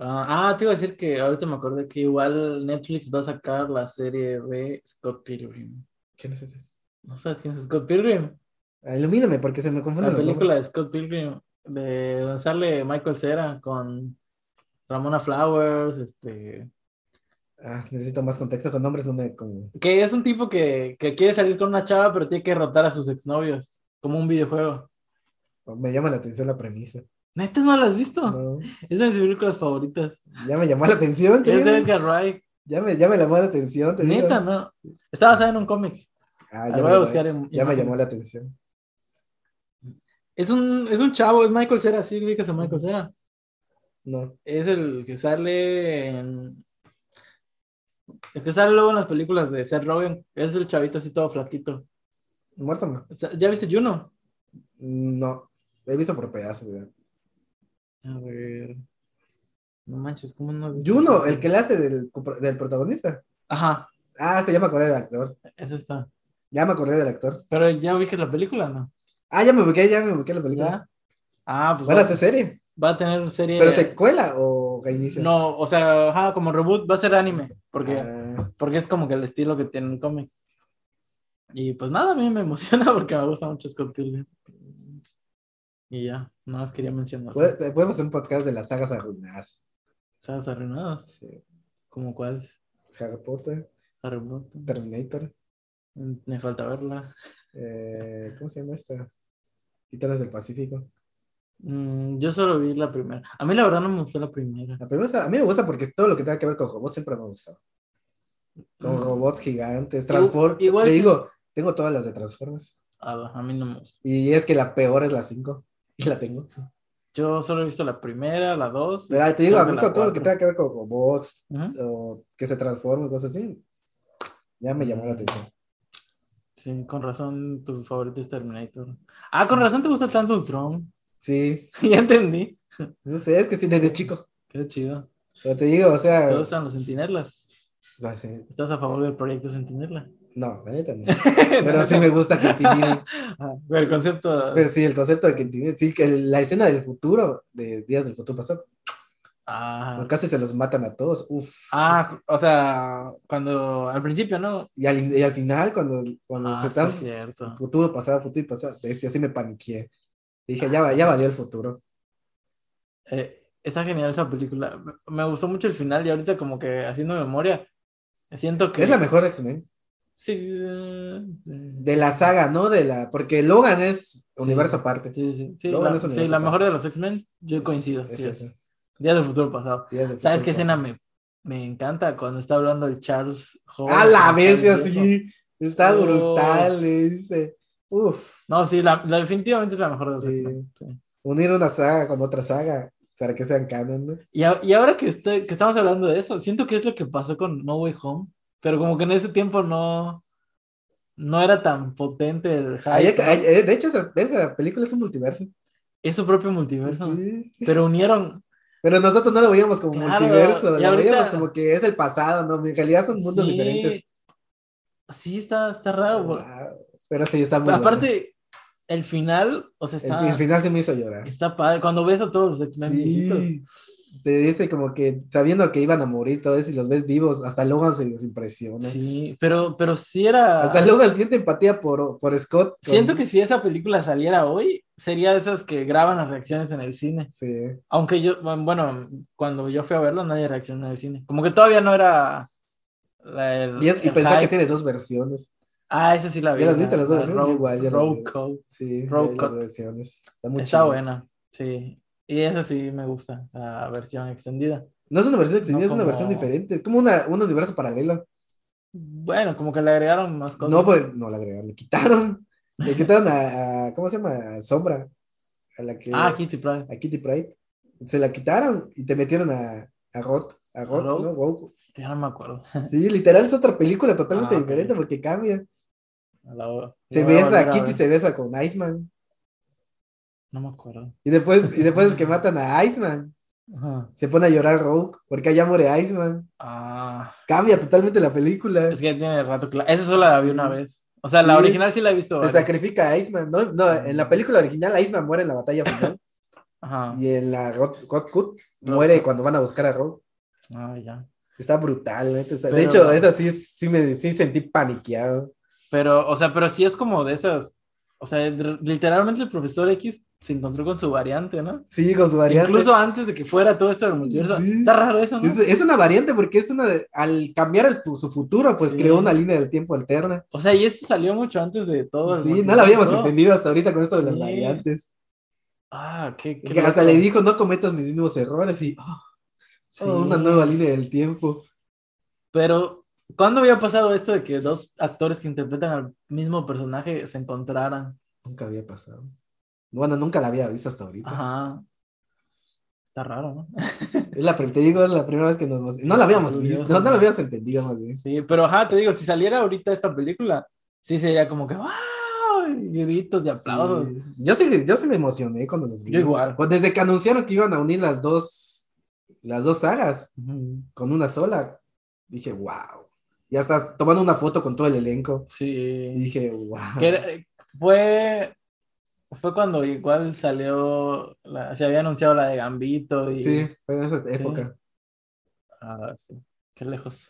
Ah, ah, te iba a decir que ahorita me acordé que igual Netflix va a sacar la serie de Scott Pilgrim. ¿Quién es ese? ¿No sabes quién es Scott Pilgrim? Ah, Ilumíname porque se me confunden La los película nombres. de Scott Pilgrim, de donde sale Michael Cera con Ramona Flowers, este, Ah, necesito más contexto con nombres, no me... Con... que es un tipo que, que quiere salir con una chava pero tiene que derrotar a sus exnovios, como un videojuego. Me llama la atención la premisa. ¿Neta no la has visto? No, Es de mis películas favoritas. ya me llamó la atención. te Es de digo. Edgar Wright. Ya me, ya me llamó la atención. te digo. Neta, no. Está basada en un cómic. Ah, La ya voy me- a buscar en- ya me imágenes. llamó la atención. Es un, es un chavo, es Michael Cera, sí, ubicas a Michael Cera. No. Es el que sale en... El que sale luego en las películas de Seth Rogen. Es el chavito así todo flaquito. Muerto no. O sea, ¿Ya viste Juno? No. He visto por pedazos. güey. A ver... No manches, ¿cómo no? has visto Juno, esa? el que le hace del, cupro- del protagonista. Ajá, Ah, sí, ya me acordé del actor. eso está. Ya me acordé del actor. Pero ya viste la película, ¿no? Ah, ya me busqué, ya me busqué la película. ¿Ya? Ah, pues Van a va, hacer serie. va a tener serie... ¿Pero secuela o reinicio? No, o sea, ajá, como reboot va a ser anime. Porque... Ah, porque es como que el estilo que tiene el cómic. Y pues nada, a mí me *laughs* emociona porque me gusta mucho Scott Pilgrim. Y ya, nada más quería mencionar. puede- podemos hacer un podcast de las sagas arruinadas. ¿Sabes arruinadas? Sí. ¿Como cuáles? Harry Potter, Harry Potter. Terminator. Me falta verla. eh, ¿Cómo se llama esta? Titanes del Pacífico. Mm, yo solo vi la primera. A mí la verdad no me gustó la primera. La primera, a mí me gusta porque todo lo que tenga que ver con robots siempre me ha gustado. Con Mm, robots gigantes, Transformers. igual Te sí. digo, tengo todas las de Transformers. A, a mí no me gustó. Y es que la peor es la 5. Y la tengo. Yo solo he visto la primera, la dos. y Pero ah, te digo, a creo mí la con todo lo que cuatro. tenga que ver con robots, Ujú. o que se transformen, cosas así, ya me llamó la atención. Sí, con razón tu favorito es Terminator. Ah, con razón te gusta tanto Tron. Sí, *laughs* ya entendí. no sé, es que sí, desde chico. Qué chido. Pero te digo, o sea. ¿Te gustan los sentinelas? No, sí, ¿Estás a favor del proyecto Sentinela? no, la *laughs* neta no. *laughs* Pero sí me gusta que intimiden. Ah, El concepto. Pero sí, el concepto de que intimiden. Sí, que la escena del futuro, de Días del Futuro Pasado, Ah, casi se los matan a todos. Uf. Ah, o sea, cuando al principio, ¿no? Y al, y al final, cuando, cuando Ah, se sí, están es cierto. futuro, pasado, futuro y Ah, pasado, bestia, así me paniqué. Dije, ya, va- ya valió el futuro. Eh, está genial esa película. Me gustó mucho el final y ahorita como que haciendo memoria, siento que... Es la mejor X-Men. Sí, sí, sí. De la saga, ¿no? De la... Porque Logan es Sí. universo aparte. Sí, sí, sí, Logan la, es un sí, universo la aparte. mejor de los X-Men, yo coincido. Es sí, esa. Día del futuro pasado. Y es el ¿Sabes futuro qué escena pasado. me, me encanta? Cuando está hablando el Charles Hall. A la vez Charles Hall. así. Está Oh. brutal, le dice. Uf. No, sí, la, la- definitivamente es la mejor de los Sí. X-Men. sí. Unir una saga con otra saga para que sean canon, ¿no? Y, a- y ahora que, estoy- que estamos hablando de eso, siento que es lo que pasó con No Way Home, pero como que en ese tiempo no, no era tan potente el hype. Ahí- ¿no? ahí- eh, de hecho, esa, esa película es un multiverso. Es su propio multiverso, Sí. pero unieron, Pero nosotros no lo veíamos como Claro, multiverso, y lo ahorita- veíamos como que es el pasado, ¿no? En realidad son *laughs* mundos Sí. diferentes. Sí, está, está raro. por- Wow. Pero sí, está muy bueno. Aparte, el final, o sea, El, está, fin- el final sí me hizo llorar. está padre. Cuando ves a todos los X-Men viejitos. Sí. Te dice como que sabiendo que iban a morir todo eso y los ves vivos, hasta Logan se los impresiona. Sí, pero, pero sí era. Hasta Logan siente empatía por, por Scott. con- Siento que si esa película saliera hoy, sería de esas que graban las reacciones en el cine. Sí. Aunque yo, bueno, cuando yo fui a verlo, nadie reaccionó en el cine. Como que todavía no era. la- el- Y, es- y el pensar que hype. tiene dos versiones. Ah, esa sí la vi. ¿Ya las viste las dos la versiones? Road- Igual, ya la Road vi. Code. Sí, Road hay dos Cut. versiones. Está muy Está chido. buena, sí. Y esa sí me gusta, la versión extendida. No es una versión No extendida, es una como- versión diferente. Es como una, un universo paralelo. Bueno, como que le agregaron más cosas. No, pues, no la agregaron, le quitaron. *laughs* Le quitaron a, a- ¿cómo se llama? A Sombra. A la que. Ah, Kitty Pryde. a Kitty Pride. Se la quitaron y te metieron a, a Rot. A Rot, Rogue? ¿no? *laughs* Rogue. Ya no me acuerdo. Sí, literal es otra película totalmente Ah, ok. diferente porque cambia. La- Se la voy a besa, volver a Kitty ver. se besa con Iceman. No me acuerdo. Y después, y después que matan a Iceman, Ajá. se pone a llorar Rogue porque allá muere Iceman. Ah. cambia totalmente la película. Es que tiene rato claro. Esa solo la vi una vez. O sea, la Sí. original sí la he visto. Se varias. sacrifica a Iceman, ¿no? No, en la película original Iceman muere en la batalla final Ajá. y en la Rot Rot Cut muere cuando van a buscar a Rogue. Ah, ya. Está brutal, ¿no? Está- De Pero- hecho, esa sí, sí me sí sentí paniqueado. Pero, o sea, pero sí es como de esas. O sea, r- literalmente el profesor X se encontró con su variante, ¿no? Sí, con su variante. Incluso antes de que fuera todo esto del multiverso. Sí. Está raro eso, ¿no? es, es una variante porque es una de- al cambiar el- su futuro, pues Sí. creó una línea del tiempo alterna. O sea, y esto salió mucho antes de todo. el Sí, no multiverso la habíamos y todo. entendido hasta ahorita con esto de las Sí. variantes. Ah, qué. qué Que hasta loco. le dijo, no cometas mis mismos errores y oh, Sí. oh, una nueva línea del tiempo. Pero, ¿cuándo había pasado esto de que dos actores que interpretan al mismo personaje se encontraran? Nunca había pasado. Bueno, nunca la había visto hasta ahorita. Ajá. Está raro, ¿no? Es la, prim- te digo, es la primera vez que nos... No la habíamos Curioso, visto, no, no la ¿no? habíamos entendido más bien. Sí, pero ajá, te digo, si saliera ahorita esta película, sí sería como que ¡wow! y gritos y aplausos. Sí. Yo, sí, yo sí me emocioné cuando los vi. Yo igual. Pues desde que anunciaron que iban a unir las dos, las dos sagas Ujú. con una sola, dije, wow. Ya estás tomando una foto con todo el elenco. Y Sí. dije, wow. Que era- eh, fue, fue cuando igual salió, la- se había anunciado la de Gambito y... Sí, fue en esa *laughs* época. Ah, sí. Qué lejos.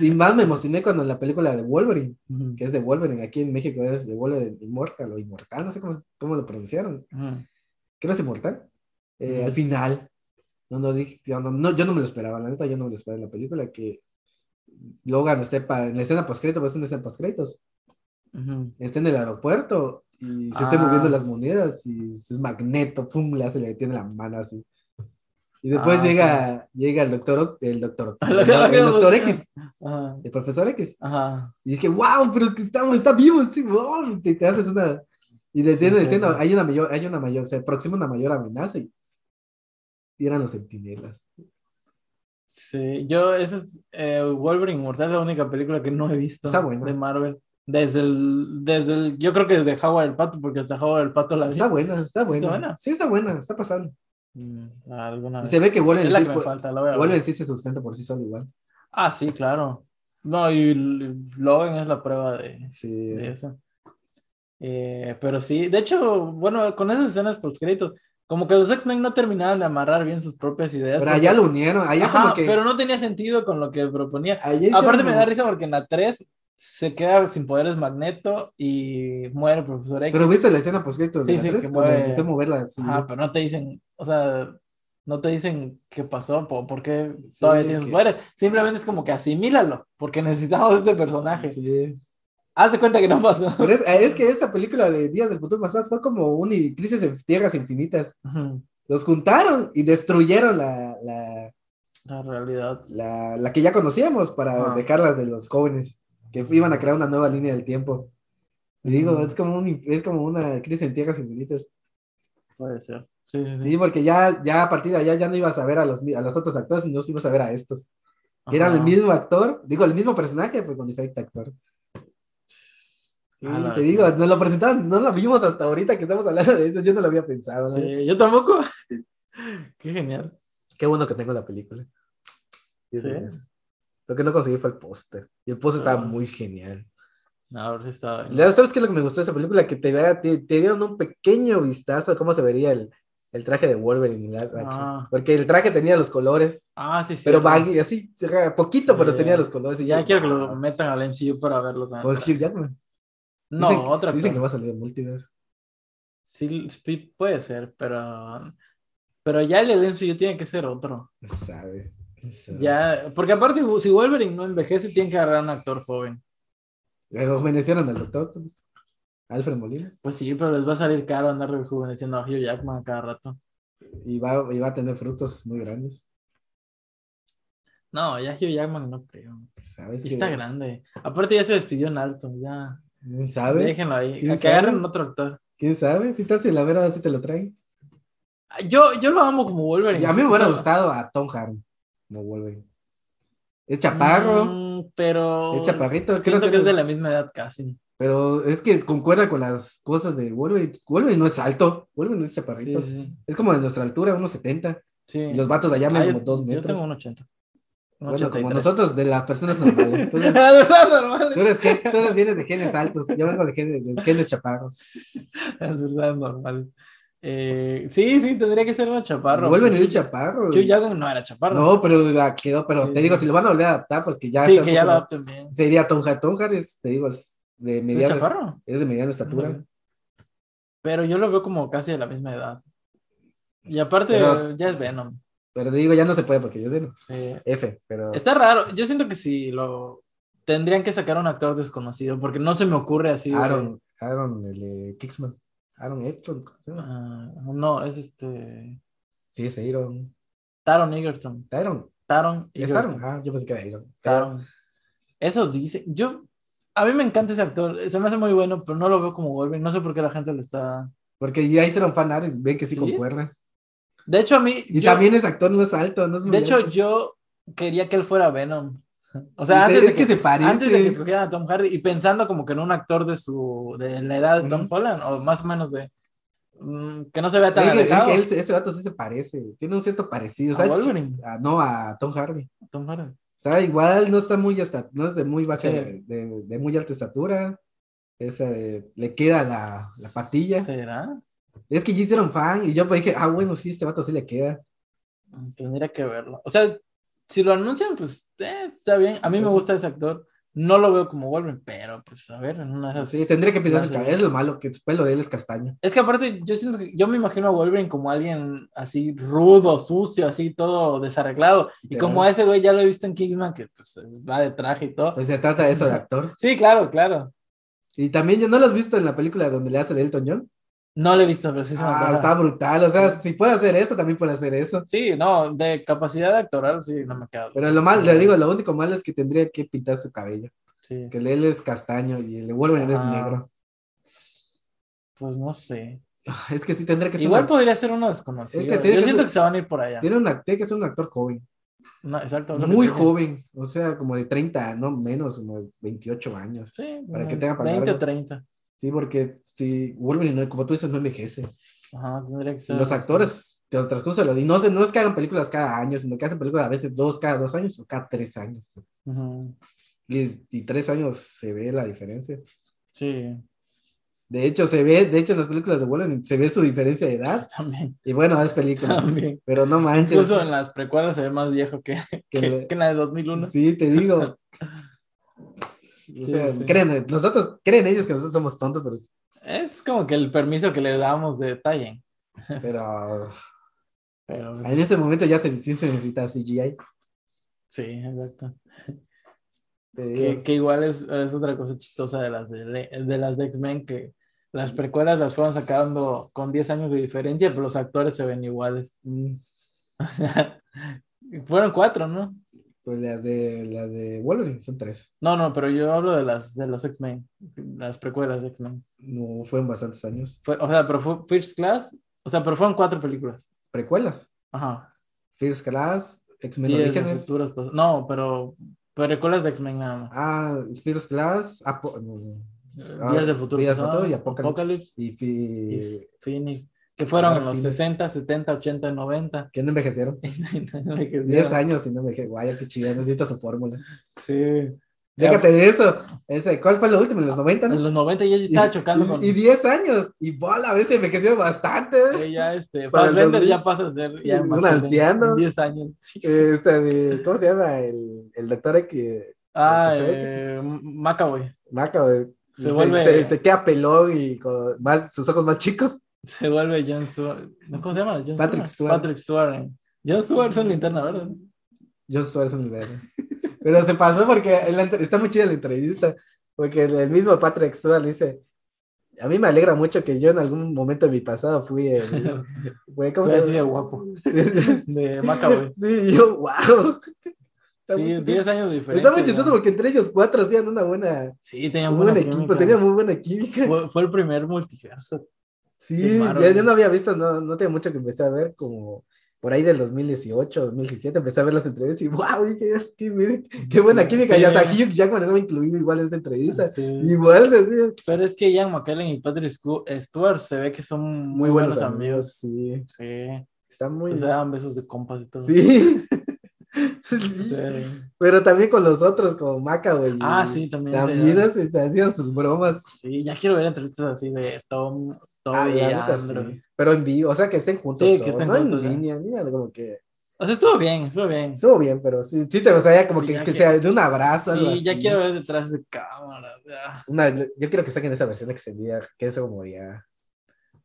Y más me emocioné cuando en la película de Wolverine, Ujú. que es de Wolverine, aquí en México es de Wolverine Immortal o Inmortal, no sé cómo, cómo lo pronunciaron. Ujú. creo que es inmortal. Eh, Ujú. Al final, no, no, dije, yo, no, no, yo no me lo esperaba, la neta, yo no me lo esperaba en la película, que Logan esté pa- en la escena post-crédito, pues en la escena post-créditos, Ujú. esté en el aeropuerto y se esté Ah. moviendo las monedas y es magneto, pum, le hace, le tiene la mano así. Y después Ah, llega, llega el doctor, Oc- *laughs* el doctor, Oc- El el, doctor el doctor Octopus. X, Ajá. el profesor X. Ajá. Y dije, wow, pero que estamos, está vivo, sí, wow, te, te haces una... Y desde Sí, la escena sí. hay una mayor, hay una mayor, se aproxima una mayor amenaza y, y eran los centinelas. Sí, yo, esa es eh, Wolverine Inmortal, es la única película que no he visto Está buena. de Marvel. Desde el, desde el, yo creo que desde Howard el Pato, porque hasta Howard el Pato la vi. Está buena, está buena. buena? Sí, está buena, está pasando. Mm, alguna Y vez. se ve que Es Wolverine, la sí, que me pu- falta, la voy a ver. Wolverine sí se sustenta por sí solo igual. Ah, sí, claro. No, y L- Logan es la prueba de, Sí. de eso. Eh, pero sí, de hecho, bueno, con esas escenas post créditos, como que los X-Men no terminaban de amarrar bien sus propias ideas. Pero porque- allá lo unieron, allá Ajá, como que... pero no tenía sentido con lo que proponía. allá hicieron Aparte me como- da risa porque en la 3 se queda sin poderes Magneto y muere el profesor X. Pero viste la escena post Sí, de la sí, tres? que cuando mueve- empecé a moverla. sí. Ajá, pero no te dicen, o sea, no te dicen qué pasó, po- por qué todavía Sí, tiene sus que- poderes. Simplemente es como que asimílalo, porque *laughs* necesitamos este personaje. Sí. Haz de cuenta que no *laughs* pasó. Pero es, es que esta película de Días del Futuro Pasado fue como una crisis en tierras infinitas. Ujú, Los juntaron y destruyeron la, la, La realidad. la, la que ya conocíamos para Ah. dejarlas de los jóvenes, que iban a crear una nueva línea del tiempo. Y digo, Ujú. es como, un- es como una crisis en tierras infinitas. Puede ser. Sí, sí, sí. Sí, porque ya, ya a partir de allá ya no ibas a ver a los, mi- a los otros actores, sino que ibas a ver a estos. Que eran Ajá. el mismo actor, digo, el mismo personaje, pero con diferente actor. Sí, Ah, la te verdad. digo, nos lo presentaron, no lo vimos hasta ahorita que estamos hablando de eso, yo no lo había pensado. ¿no? Sí, yo tampoco. *laughs* Qué genial. Qué bueno que tengo la película. Dios Sí. mío. Lo que no conseguí fue el póster. Y el póster estaba Ah. muy genial. No, a ver si está bien. Ya, ¿Sabes qué es lo que me gustó de esa película? Que te, vea- te, te dieron un pequeño vistazo a cómo se vería el, el traje de Wolverine. live action. Ah. Porque el traje tenía los colores. Ah, sí, sí. Pero baggy, así, poquito, pero Sí. tenía los colores. Y Ya dije, quiero que lo "Wow". metan al MCU para verlo también. Por Hugh Jackman. No, Dicen- otra Dicen que cosa. va a salir en multiverse. Sí, sí, puede ser, pero. Pero ya el del MCU tiene que ser otro. No sabe. no sabe. Ya, porque aparte, si Wolverine no envejece, tiene que agarrar a un actor joven. Rejuvenecieron al Doctor Octopus. Alfred Molina. Pues sí, pero les va a salir caro andar rejuveneciendo a Hugh Jackman a cada rato. Y va, y va a tener frutos muy grandes. No, ya Hugh Jackman no creo. ¿Sabes? Sí que- está grande. Aparte, ya se despidió en alto, ya. ¿Quién sabe? Déjenlo ahí. ¿Quién A que sabe? agarren otro actor. ¿Quién sabe? Si estás en la vera, si te lo traen. Yo, yo lo amo como Wolverine. Y a mí me O hubiera sea, gustado a Tom Hardy. No Wolverine. Es chaparro. mm, pero. Es chaparrito. Creo Siento que es tiene- de la misma edad casi. Pero es que concuerda con las cosas de Wolverine. Wolverine no es alto. Wolverine es Sí, chaparrito. sí. Es como de nuestra altura, unos 70. sí. Y los vatos de allá Ah, miden yo- como 2 metros. Yo tengo un 80. Un Bueno, como 83. *laughs* nosotros, de las personas normales. Entonces, La verdad, normal. *laughs* tú, eres, gen- tú eres- vienes de genes altos. Yo vengo de genes, de genes chaparros. La verdad, normal. Eh, sí, sí, tendría que ser un chaparro. Vuelven a ir chaparros. Hugh Jackman no era chaparro. No, pero la quedó. Pero Sí, te sí. digo, si lo van a volver a adaptar, pues que ya. sí, sea que un ya lo poco- adapten bien. Sería Tonja. Tonja es, te digo, es de ¿Es mediana. chaparro? Es de mediana estatura. Ujú. Pero yo lo veo como casi de la misma edad. Y aparte, Pero- ya es Venom. Pero te digo, ya no se puede porque yo sé. no. Sí. F, pero. Está raro. Yo siento que sí lo. Tendrían que sacar a un actor desconocido, porque no se me ocurre así. güey. Aaron, Aaron, el de Kixman. Aaron Eckton. ¿cómo se llama? Ah, no, es este. Sí, es Aaron. Taron Egerton. Aaron. Taron ¿Es Egerton. Aaron? Ah, yo pensé que era Aaron. Taron. Eso dice. Yo. A mí me encanta ese actor. Se me hace muy bueno, pero no lo veo como Wolverine. No sé por qué la gente lo está. Porque ya hicieron fan art, ven que sí, ¿Sí? concuerda. De hecho, a mí. Y yo- también es actor, no es alto, no es muy De hecho, alto. yo quería que él fuera Venom. *laughs* O Es sea, antes de que se parece. Antes de que escogieran a Tom Hardy y pensando como que en un actor de su de la edad de Tom Ujú. Holland o más o menos de mm, que no se vea Es que- tan es que alejado él- ese vato sí se parece, tiene un cierto parecido. a está Wolverine, chi- ah, no, a Tom Hardy. Tom Hardy. Está igual, no está muy hasta, no es de muy baja, Sí. de, de muy alta estatura. Esa de- le queda la, la patilla. ¿Será? Es que ya hicieron fan y yo pues, dije, ah, bueno, sí, este vato sí le queda. Mm, Tendría que verlo. O sea, si lo anuncian, pues eh, está bien. A mí me Eso. gusta ese actor. No lo veo como Wolverine, pero pues a ver, en una de esas- Sí, tendría que pintarse el Ya sé. cabello. Es lo malo, que su pelo de él es castaño. Es que aparte, yo siento que- yo me imagino a Wolverine como alguien así rudo, sucio, así todo desarreglado. Y Literal. como ese güey ya lo he visto en Kingsman, que pues, va de traje y todo. Pues se trata *laughs* de eso de actor. Sí, claro, claro. Y también, ¿no lo has visto en la película donde le hace de Elton John? No lo he visto, pero sí se me Ah, antoja. está brutal. O sea, si puede hacer eso, también puede hacer eso. Sí, no, de capacidad actoral, sí, no me queda. duda. Pero lo mal, le digo, lo único malo es que tendría que pintar su cabello. Sí, Que él es castaño y el de Wolverine es Ah. negro. pues no sé. Es que sí tendría que ser. Igual un act- podría ser uno desconocido. Es que Yo tiene que siento ser- que se van a ir por allá. tiene un act- tiene que ser un actor joven. No, exacto. es lo que Muy te dije. joven. O sea, como de 30, no menos, como de 28 años. Sí, Para no, que tenga para 20 o largo. 30. Sí, porque si Wolverine, no- como tú dices, no envejece. Ajá, tendría que Y ser. Los actores, te lo transcurso de los- Y no, se- no es que hagan películas cada año, sino que hacen películas a veces dos cada dos años o cada tres años. Ujú, Y, y tres años se ve la diferencia. Sí, *laughs* De hecho, se ve, de hecho, en las películas de Wolverine se ve su diferencia de edad. también. Y *laughs* bueno, es *laughs* película. También. Pero no manches. Incluso en las precuelas se ve más viejo que, que Pues que, que en la de 2001. Sí, te *laughs* digo. O sea, Sí, sí. creen, nosotros, creen ellos que nosotros somos tontos, *laughs* pero, Es como que el permiso que le damos de Tayen. pero Pero En ese momento ya se, sí se necesita CGI. sí, exacto. Te Que, digo. que igual es, es otra cosa chistosa de las de, Le- de las de X-Men, que las precuelas las fueron sacando con 10 años de diferencia, pero los actores se ven iguales. *laughs* Mm, fueron cuatro, ¿no? Pues las de, las de Wolverine son tres. No, no, pero yo hablo de las de los X-Men, las precuelas de X-Men. No fueron bastantes años. Fue- O sea, pero fue First Class, o sea, pero fueron cuatro películas. Precuelas. Ajá. First Class, X-Men Días de Orígenes. futuros pas- no, pero precuelas de X-Men nada más. Ah, First Class, Apo- no, ah, Días de futuro Días pasado, Futuro y Apocalypse. Y, y fi- Phoenix, que fueron Ah, en los Phoenix. 60, 70, 80, *laughs* 90. que no envejecieron. Que 10 dieron- años y no envejecieron. Guaya, qué chido, necesito su fórmula. Sí. Déjate de eso. Ese, ¿Cuál fue lo último? ¿En los 90? En no? los 90 ya Y- estaba chocando con. Y, y 10 años. Y bola, a veces envejeció bastante. eh, ya este. Para el Fassbender 2000, ya pasa a ser. Ya un más grande, anciano. en 10 años. Este, de- ¿Cómo se llama? El, el doctor que Ah, Pues, eh, Macaboy. Maca, güey. Se vuelve- Se, se queda pelón y con más, sus ojos más chicos. Se vuelve John Stewart. ¿no? ¿Cómo se llama? John Patrick Stewart. Patrick Stewart. eh. John Stewart es un linterna, *laughs* ¿verdad? John Stewart es un nivel. *laughs* Pero se pasó porque en la entre- está muy chida la entrevista. Porque el, el mismo Patrick Stewart dice: A mí me alegra mucho que yo en algún momento de mi pasado fui. *laughs* el- güey, ¿Cómo Fue Pues, se así de llama? guapo. *laughs* De Macaboy. Sí, yo, wow. *laughs* Está muy- Sí, 10 años de diferencia. Está muy chistoso güey. porque entre ellos cuatro hacían una buena, Sí, tenían un buena buen equipo, química. tenían muy buena química. Fue, fue el primer multiverso. Sí, Qué bárbaro. ya, ya no había visto, no, no tenía mucho que empecé a ver, como por ahí del 2018, 2017, empecé a ver las entrevistas y wow, dije, es que miren, qué buena química. Sí. Y hasta aquí Hugh Jackman estaba incluido igual en esa entrevista. Sí. Igual, se hacía Pero es que Ian McKellen y Patrick Scu- Stewart se ve que son muy, muy buenos, buenos amigos. amigos, sí. Sí. Está muy. Pues se daban besos de compas y todo. Sí. Sí. *laughs* Sí. Pero también con los otros, como Maca, güey. Ah, sí, también. se También daban. se, se hacían sus bromas. Sí, ya quiero ver entrevistas así de Tom, Tom Ah, y la neta, Andrew. sí. Pero en vivo, o sea, que estén juntos. Sí, que todos, estén no juntos, ya. en línea, en línea, como que. O sea, estuvo bien, estuvo bien. Sí, Estuvo bien, pero sí, sí te gustaría como Sí, que, ya que que- sea de un abrazo. algo ya así. quiero ver detrás de cámara. ya. Una- yo quiero que saquen esa versión extendida, que eso como ya.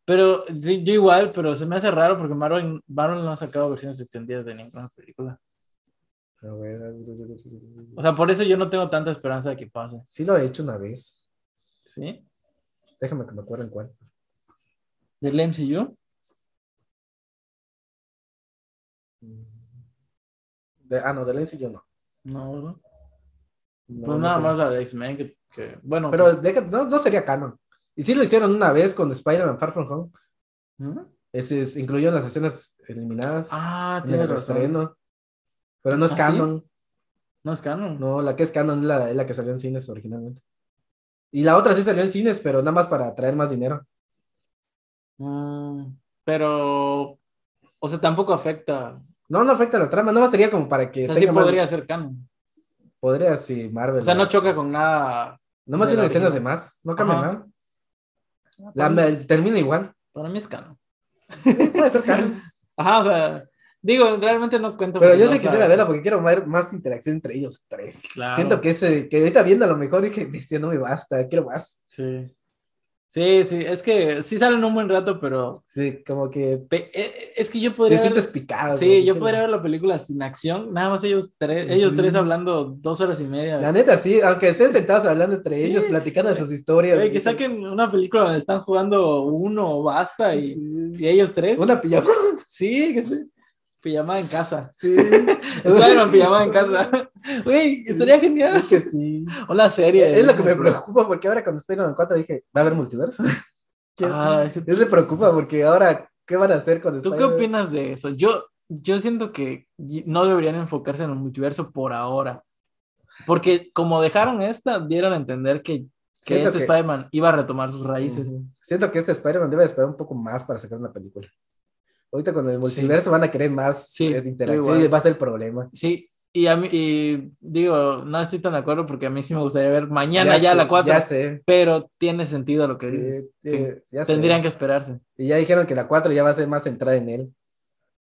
Pero sí, yo igual, pero se me hace raro porque Marvel, Marvel no ha sacado versiones extendidas de ninguna película. pero bueno, O sea, por eso yo no tengo tanta esperanza de que pase. sí lo he hecho una vez. ¿Sí? Déjame que me acuerden cuál. ¿Del MCU? De- ah, no, de Lenzi yo no. No, ¿verdad? No, Pues no nada creo. más la de X-Men, que, que- bueno. Pero deja- no, no sería canon. Y sí lo hicieron una vez con Spider-Man Far From Home. ¿Mm? Ese es- incluyó las escenas eliminadas Ah, en tienes el razón. restreno. Pero no es ¿Ah, sí? canon. No es canon. No, la que es canon es la, es la que salió en cines originalmente. Y la otra sí salió en cines, pero nada más para traer más dinero. Mm, pero, o sea, tampoco afecta. No, no afecta la trama, nada más sería como para que O sea, sí tenga más- podría ser canon. podría, sí, Marvel. O sea, no ¿no? choca con nada. Nada de la más tiene escenas de original. más, no cambia Ajá. nada. La- me- termina igual. *laughs* Para mí es canon. Puede *laughs* ser canon. Ajá, o sea, digo, realmente no cuento. Pero con yo los- sí quisiera verla porque quiero ver más interacción entre ellos tres. Claro. Siento que ese, que ahorita viendo a lo mejor dije, bestia, no me basta, quiero más. Sí. Sí, sí, es que sí salen un buen rato, pero Sí, como que pe- eh, es que yo te podría. ver- sientes picado. como que Sí, yo quiero- podría ver la película sin acción, nada más ellos tres, ellos Ujú. tres hablando dos horas y media. La neta, sí, aunque estén sentados hablando entre Sí. ellos, platicando de sus historias. Güey, que dicen- saquen una película donde están jugando uno o basta y, Sí. y ellos tres. Una pijama. Sí, que sí. Pijamada en casa. *laughs* Sí. Spider-Man pijamada en casa. *laughs* Güey, estaría genial. Es que sí. Una serie. Es lo que me preocupa porque ahora cuando Spider-Man 4 dije, ¿va a haber multiverso? *laughs* Ah, es ese- me preocupa porque ahora, ¿qué van a hacer con ¿Tú Spider-Man? qué opinas de eso? Yo, yo siento que y- no deberían enfocarse en el multiverso por ahora. Porque como dejaron esta, dieron a entender que, que Siento este que- Spider-Man iba a retomar sus raíces. Ujú. Siento que este Spider-Man debe esperar un poco más para sacar una película. Ahorita con el multiverso van a querer más Sí, eh, de interacción igual. y va a ser el problema. Sí, y a mí, y digo, no estoy tan de acuerdo porque a mí sí me gustaría ver mañana ya, sé, la 4, Ya sé. pero tiene sentido lo que Sí, dices. sí, Sí. ya sé. Tendrían que esperarse. Y ya dijeron que la 4 ya va a ser más centrada en él.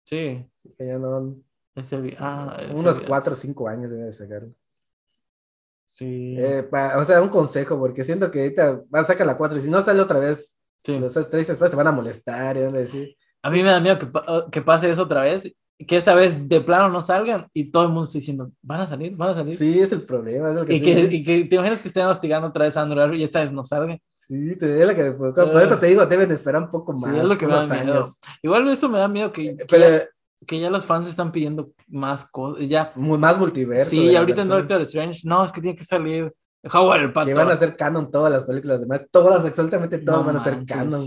Sí, Así que ya no- ese vi- ah, ese unos vi- 4 o 5 años debe de sacarlo. Sí, Eh, pa- o sea, un consejo, porque siento que ahorita van a sacar la 4 y si no sale otra vez, sí. los tres después se van a molestar y van a decir, A mí me da miedo que, pa- ah, que pase eso otra vez, que esta vez de plano no salgan y todo el mundo está diciendo, van a salir, van a salir. Sí, es el problema. Es lo que y, te que, digo. y que te imaginas que estén hostigando otra vez a Andrew Garfield y esta vez no salgan. Sí, te- es lo que me preocupa. Por eso te digo, deben esperar un poco Ah. Sí, más. es lo que me da unos miedo. años. Igual eso me da miedo que, que, ya, Eh, Pero que ya los fans están pidiendo más cosas. Ya, mu- más multiverso. sí, de la ahorita en versión. Doctor Strange, no, es que tiene que salir Howard el Pato. Que van a ser canon todas las películas de Marvel. Todas, absolutamente todas No van a ser manches. canon.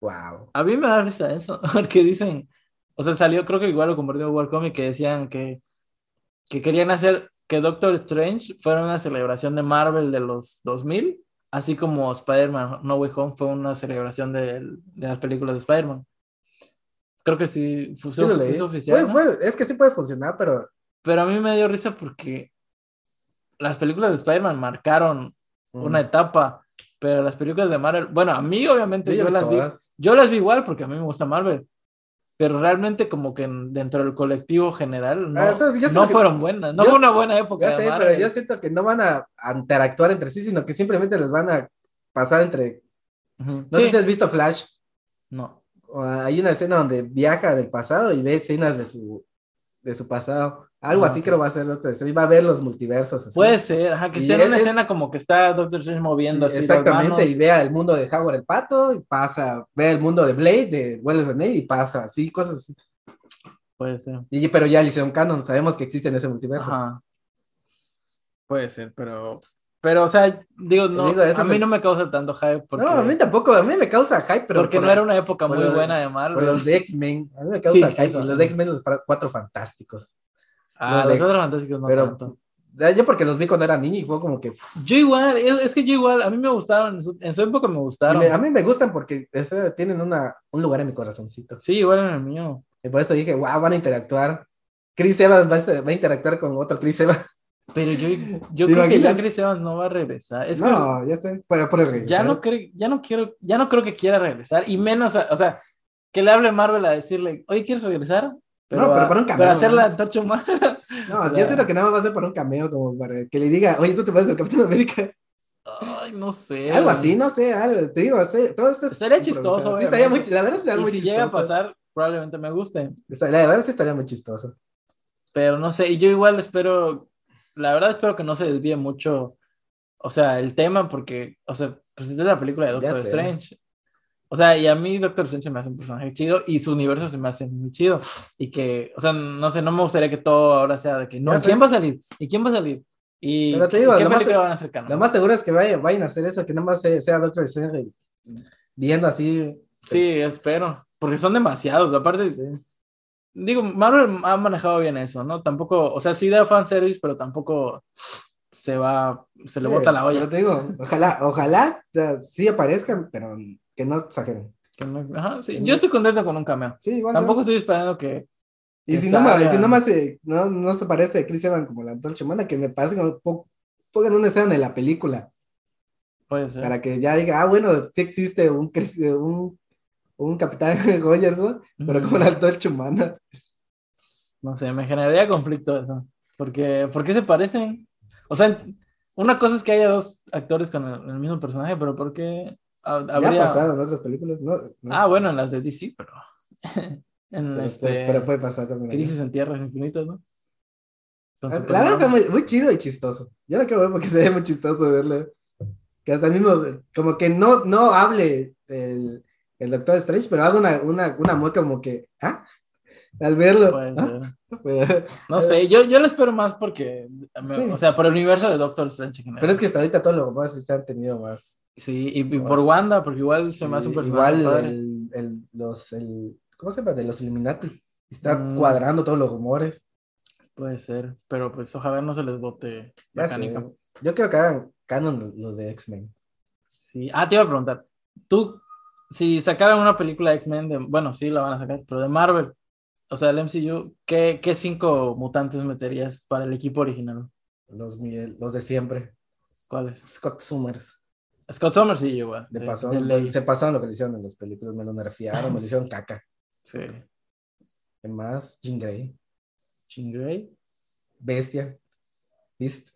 Wow. A mí me da risa eso, *laughs* porque dicen, o sea, salió, creo que igual lo compartió en Warcomic, que decían que, que querían hacer que Doctor Strange fuera una celebración de Marvel de los 2000, así como Spider-Man No Way Home fue una celebración del- de, las películas de Spider-Man. Creo que sí, fue, Sí lo fue- leí. fue oficial. Puede- ¿no? puede- es que sí puede funcionar, pero. Pero a mí me dio risa porque las películas de Spider-Man marcaron mm, una etapa, pero las películas de Marvel, bueno, a mí obviamente yo ya yo vi las vi, todas. yo las vi igual porque a mí me gusta Marvel. Pero realmente como que en- dentro del colectivo general no, Ah, eso sí, yo sé no lo que- fueron buenas. No yo fue una sé- buena época. Ya de sé, pero Marvel. yo siento que no van a a interactuar entre sí, sino que simplemente les van a pasar entre. Ujú. No Sí, sé si has visto Flash. no. o Hay una escena donde viaja del pasado y ve escenas de su, de su pasado. Algo Ah, así ok. creo va a ser Doctor Strange. Va a ver los multiversos. Así. Puede ser, ajá, que Y sea es- una es- escena como que está Doctor Strange Sí, moviendo así. las exactamente, manos. y vea el mundo de Howard el Pato, y pasa, vea el mundo de Blade, de Wallace and Nate, y pasa, así, cosas así. Puede ser. Y- pero ya le hicieron canon, sabemos que existe en ese multiverso. Ajá. Puede ser, pero. Pero, o sea, digo, no, digo, ese a es mí el- no me causa tanto hype porque, no, a mí tampoco, a mí me causa hype, pero porque por- no era una época por muy los- buena de por Marvel. los de X-Men, *laughs* a mí me causa Sí, hype, eso, y los ajá. de X-Men, los fra- cuatro fantásticos. Ah, los los de- otros fantásticos no pero- tanto. Ya, Yo porque los vi cuando era niño y fue como que... pff, Yo igual, es, es que yo igual, a mí me gustaron, en su, en su época me y gustaron. me- a mí me gustan porque o sea, tienen una, un lugar en mi corazoncito. Sí, igual en el mío. Y por eso dije, wow, van a interactuar. Chris Evans va a, ser- va a interactuar con otro Chris Evans. Pero yo, yo ¿Te creo que ya imaginas? Chris Evans no va a regresar. Es que *laughs* *laughs* no, ya sé, pero por el ya no creo, ya no quiero, ya no creo que quiera regresar. Y menos, a- o sea, que le hable Marvel a decirle, oye, ¿quieres regresar? No, pero a- para un Pero cameo, hacer ¿no? la antorcha humana. *laughs* No, O sea- yo siento que nada más va a ser por un cameo, como para que le diga, oye, tú te pareces el Capitán América. Ay, no sé. Algo así, no sé, algo, te digo, sé, todo esto es Estaría chistoso, improvisado. Sí, Eh. estaría muy, obviamente. la verdad, estaría Y muy si chistoso. llega a pasar, probablemente me guste. Está- la verdad, sí estaría muy chistoso. Pero no sé, y yo igual espero, la verdad espero que no se desvíe mucho, o sea, el tema, porque, o sea, pues es de la película de Ya Doctor sé. Strange. O sea, y a mí Doctor Strange se me hace un personaje chido y su universo se me hace muy chido. Y que, o sea, no sé, no me gustaría que todo ahora sea de que, no, Ya sé. ¿quién va a salir? ¿Y quién va a salir? ¿Y Pero te qué- digo, qué lo más- película van a hacer canon? Lo más seguro es que vaya- vayan a hacer eso, que nada más sea, sea Doctor Strange y- viendo así. Sí, espero, porque son demasiados. Aparte, digo, Marvel ha manejado bien eso, ¿no? Tampoco, o sea, sí da fanservice, pero tampoco se va, se le Sí, bota la olla. Pero te digo, ojalá, ojalá o sea, sí aparezcan, pero que no exageren. Que no- ajá, sí. Yo estoy contento con un cameo. Sí, igual. Tampoco estoy esperando que. Y si no, ma- y si no, más se- no, no se parece a Chris Evans como la Antorcha Humana, que me parece como po- pongan una escena en la película Puede ser. para que ya diga, ah, bueno, sí existe un, Chris- un, un Capitán *laughs* Rogers, ¿no? Pero como la Antorcha Humana. Mm, No sé, me generaría conflicto eso. Porque, ¿Por qué se parecen? O sea, una cosa es que haya dos actores con el, el mismo personaje, pero ¿por qué ha- Ya habría. ha pasado en otras películas, ¿no? ¿no? ah, bueno, en las de DC, pero. *laughs* en pero, este. puede- pero puede pasar también. Crisis en Tierras Infinitas, ¿no? Con Ah, La Superman. verdad está muy, muy chido y chistoso. Yo lo quiero ver porque *laughs* se ve muy chistoso verlo. Que hasta el mismo, como que no, no hable el, el Doctor Strange, pero haga una, una, una mueca como que, ¿ah? Al verlo. Puede ¿ah? ser. Pero- pues, eh, No sé, yo, yo lo espero más porque. O sea, por el universo de Doctor Strange en general. Pero es que hasta ahorita todos los rumores sí se han tenido más. Sí, y, y por Wanda, porque igual se me hace un Sí, personaje. Igual padre. el, el- los, el, ¿cómo se llama? De los Illuminati. Está Mm. cuadrando todos los rumores. Puede ser, pero pues ojalá no se les bote Ya la sé. canica. Yo creo que hagan canon los de X-Men. Sí. Ah, te iba a preguntar, tú, si sacaran una película de X-Men, de- bueno, sí la van a sacar, pero de Marvel, o sea, del MCU, ¿qué, qué cinco mutantes meterías para el equipo original? Los, Miguel- los de siempre. ¿Cuáles? Scott Summers. Scott Summers sí, yo igual. De de- pasó, de ley. se pasaron lo que le hicieron en las películas. Me lo nerfearon, me lo hicieron caca. Sí. ¿Qué más? Jean Grey. Jean Grey. Bestia. Beast. Este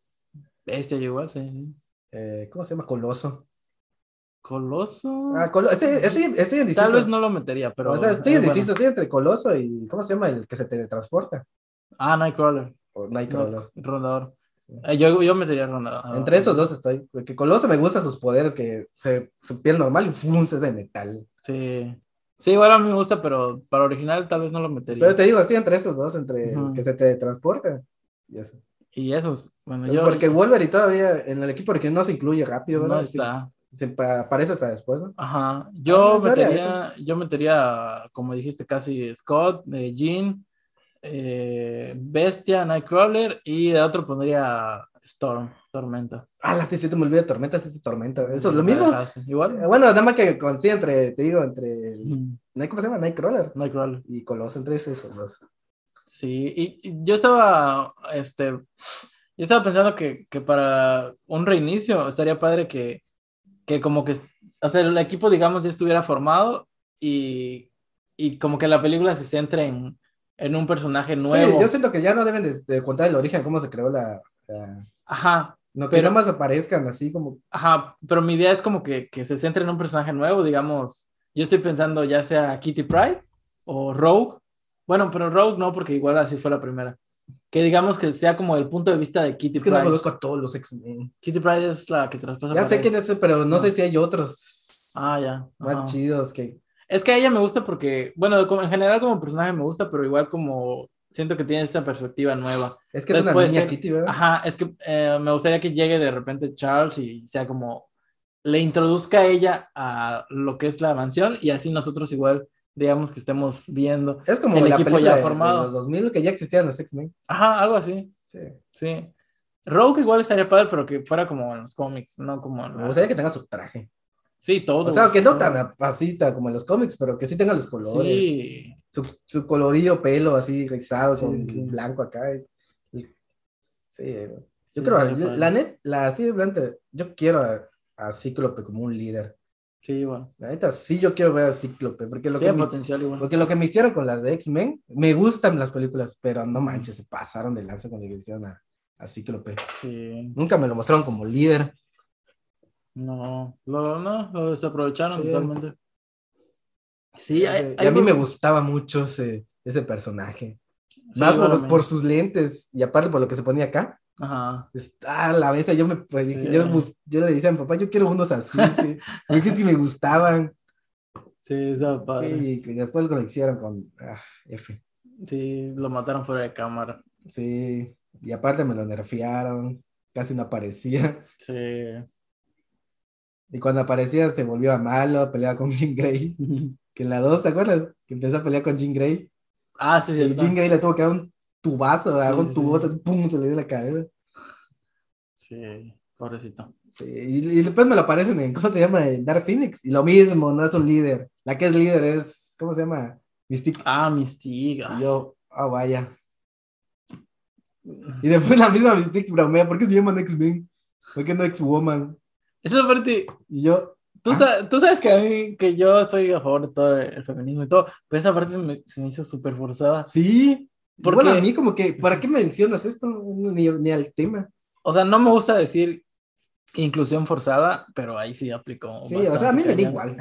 Bestia yo igual, sí. Eh, ¿Cómo se llama? Coloso. Coloso. Ah, Colo- estoy, estoy, estoy indeciso. Tal vez no lo metería, pero. o sea, estoy eh, indeciso, bueno. estoy entre Coloso y. ¿Cómo se llama? El que se teletransporta. Ah, Nightcrawler. O Nightcrawler. No, Ah, Rondador. Sí. Eh, yo, yo metería Rondador. Entre esos dos estoy. Porque Coloso me gusta sus poderes, que se- su piel normal y ¡fum! es de metal. Sí. Sí, igual a mí me gusta, pero para original tal vez no lo metería. Pero te digo, estoy entre esos dos, entre Ujú. el que se teletransporta. Y eso. Y esos, bueno, yo. porque Wolverine todavía en el equipo porque no se incluye rápido, no ¿verdad? Sí, está. Se, pa- aparece hasta después, ¿no? Ajá. Ah, Yo yo haría metería, yo metería, como dijiste, casi Scott, eh, Jean, eh, Bestia, Nightcrawler y de otro pondría Storm, Tormenta. Ah, la sí, sí, te me olvidé, Tormenta, sí, sí, Tormenta. Eso es lo Me mismo. dejaste. Igual. Eh, Bueno, nada más que con sí, entre, te digo, entre. el- Mm, ¿Cómo se llama? Nightcrawler. Nightcrawler. Y Coloso, entre esos dos. Sí, y, y yo estaba, este, yo estaba pensando que, que para un reinicio estaría padre que, que como que, o sea, el equipo, digamos, ya estuviera formado y, y como que la película se centre en, en un personaje nuevo. Sí, yo siento que ya no deben de, de contar el origen, cómo se creó la. la- Ajá, No, que Pero- nada más aparezcan así como. ajá, pero mi idea es como que, que se centre en un personaje nuevo, digamos, yo estoy pensando ya sea Kitty Pryde o Rogue, bueno, pero Rogue no, porque igual así fue la primera. Que digamos que sea como el punto de vista de Kitty Es que no Pryde. conozco a todos los X-Men. Kitty Pryde es la que traspasa. Ya sé paredes. quién es, pero no, No. sé si hay otros Ah, ya. más Ah. ajá. chidos que. Es que a ella me gusta porque, bueno, como en general como personaje me gusta, pero igual como siento que tiene esta perspectiva nueva. Es que Entonces es una puede niña ser- Kitty, ¿verdad? Ajá, es que eh, me gustaría que llegue de repente Charles y sea como, le introduzca a ella a lo que es la mansión y así nosotros igual, digamos que estemos viendo. Es como El la equipo película ya de, de formado. los 2000 que ya existían los X-Men. Ajá, algo así, Sí. sí. Rogue igual estaría padre, pero que fuera como en los cómics, no como en... la- Me gustaría que tenga su traje. Sí, todo. O sea, que no todo. tan apacita como en los cómics, pero que sí tenga los colores. Sí, Su, su colorido pelo así rizado Sí, con sí. blanco acá. y- y- Sí, yo Sí, creo, estaría padre. la net, la así de planta, yo quiero a, a Cíclope como un líder. sí, igual. La neta, sí yo quiero ver a Cíclope, porque lo, que Tiene me, potencial igual. porque lo que me hicieron con las de X-Men, me gustan las películas, pero no manches, se pasaron de lanza cuando le hicieron a, a Cíclope. Sí, Nunca me lo mostraron como líder. no, lo, no, lo desaprovecharon Sí. totalmente. Sí, Y hay- a hay mí me por- gustaba mucho ese, ese personaje. sí, Más igual a por, mí. por sus lentes y aparte por lo que se ponía acá. Ajá. Está a la vez, yo, me, pues, Sí. dije, yo, bus- yo le decía a mi papá, yo quiero unos *laughs* así. que- Porque es que me gustaban. Sí, estaba padre. Sí, que después lo hicieron con ah, F. Sí. lo mataron fuera de cámara. Sí, y aparte me lo nerfearon. Casi no aparecía. Sí. Y cuando aparecía se volvió a malo, peleaba con *laughs* Jean Grey. Que en la 2, ¿te acuerdas? Que empezó a pelear con Jean Grey. Ah, sí, Y sí. Jean Grey le tuvo que dar un tubazo, Sí, algún sí, tubo, sí. así, pum, se le dio en la cabeza. Sí, pobrecito. Sí, y, y después me lo aparecen en, ¿cómo se llama? En Dark Phoenix. Y lo mismo, no es un líder. La que es líder es, ¿cómo se llama? Mystique. Ah, Mystique. Y yo, ah, vaya. Y después la misma Mystique bromea, ¿por qué se llaman X-Men? ¿Por qué no X-Woman? Esa parte, Y yo, tú, Ah. sa- tú sabes que a mí, que yo estoy a favor de todo el feminismo y todo, pero esa parte se me, se me hizo súper forzada. sí. ¿Por bueno, qué? a mí como que, ¿para qué mencionas esto? Ni, ni al tema. O sea, no me gusta decir inclusión forzada, pero ahí sí aplicó. Sí, o sea, a mí me da cañón. igual.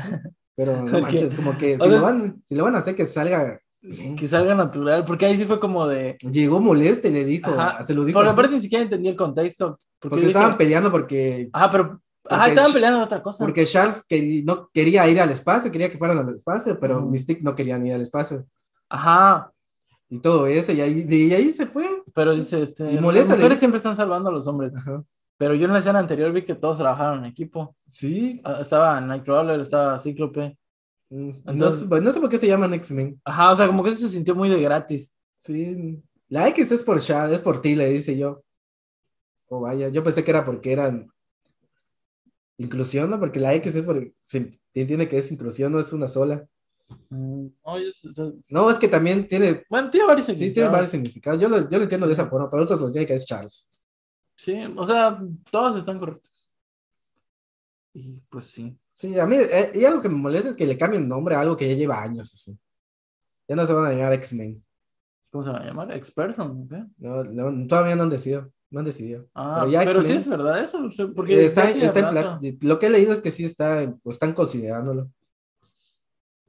Pero *laughs* no Ok. manches, como que O si, sea- lo van, si lo van a hacer que salga... Que salga natural, porque ahí sí fue como de. Llegó molesta y le dijo, Ajá. se lo dijo. Porque así, aparte ni siquiera entendí el contexto. Porque, porque dije- estaban peleando porque Ajá, pero. Ajá, Porque- estaban peleando de otra cosa. Porque Charles que no quería ir al espacio, quería que fueran al espacio, pero Ujú. Mystique no querían ir al espacio. Ajá, Y todo eso, y ahí, y ahí se fue. pero dice este. Y molesta, las le mujeres dice. siempre están salvando a los hombres. Pero yo en la escena anterior vi que todos trabajaron en equipo. Sí. Ah, Estaba Nightcrawler, estaba Cíclope. Entonces- Entonces, no, sé por qué se llaman X-Men. Ajá, o sea, como que se sintió muy de gratis. Sí. La X es por Charles, es por ti, le dice yo. Oh, vaya, yo pensé que era porque eran inclusión, ¿no? Porque la X es por... Se entiende que es inclusión, no es una sola. Mm, no, yo- o sea, No, es que también tiene... bueno, tiene varios Sí, tiene significados. varios significados. Yo lo, yo lo entiendo de esa forma, pero otros lo entienden que es Charles. Sí, o sea, todos están correctos. Y pues sí. Sí, a mí, eh, y algo que me molesta es que le cambien nombre a algo que ya lleva años así. Ya no se van a llamar X-Men. ¿Cómo se va a llamar? X-Person, ¿ok? No, no, todavía no han decidido. no han decidido. Ah, Pero pero, ya sí excelente. Eh, es verdad eso. o sea, Porque está, ya tiene está en rato. pla- lo que he leído es que sí está, en- o están considerándolo.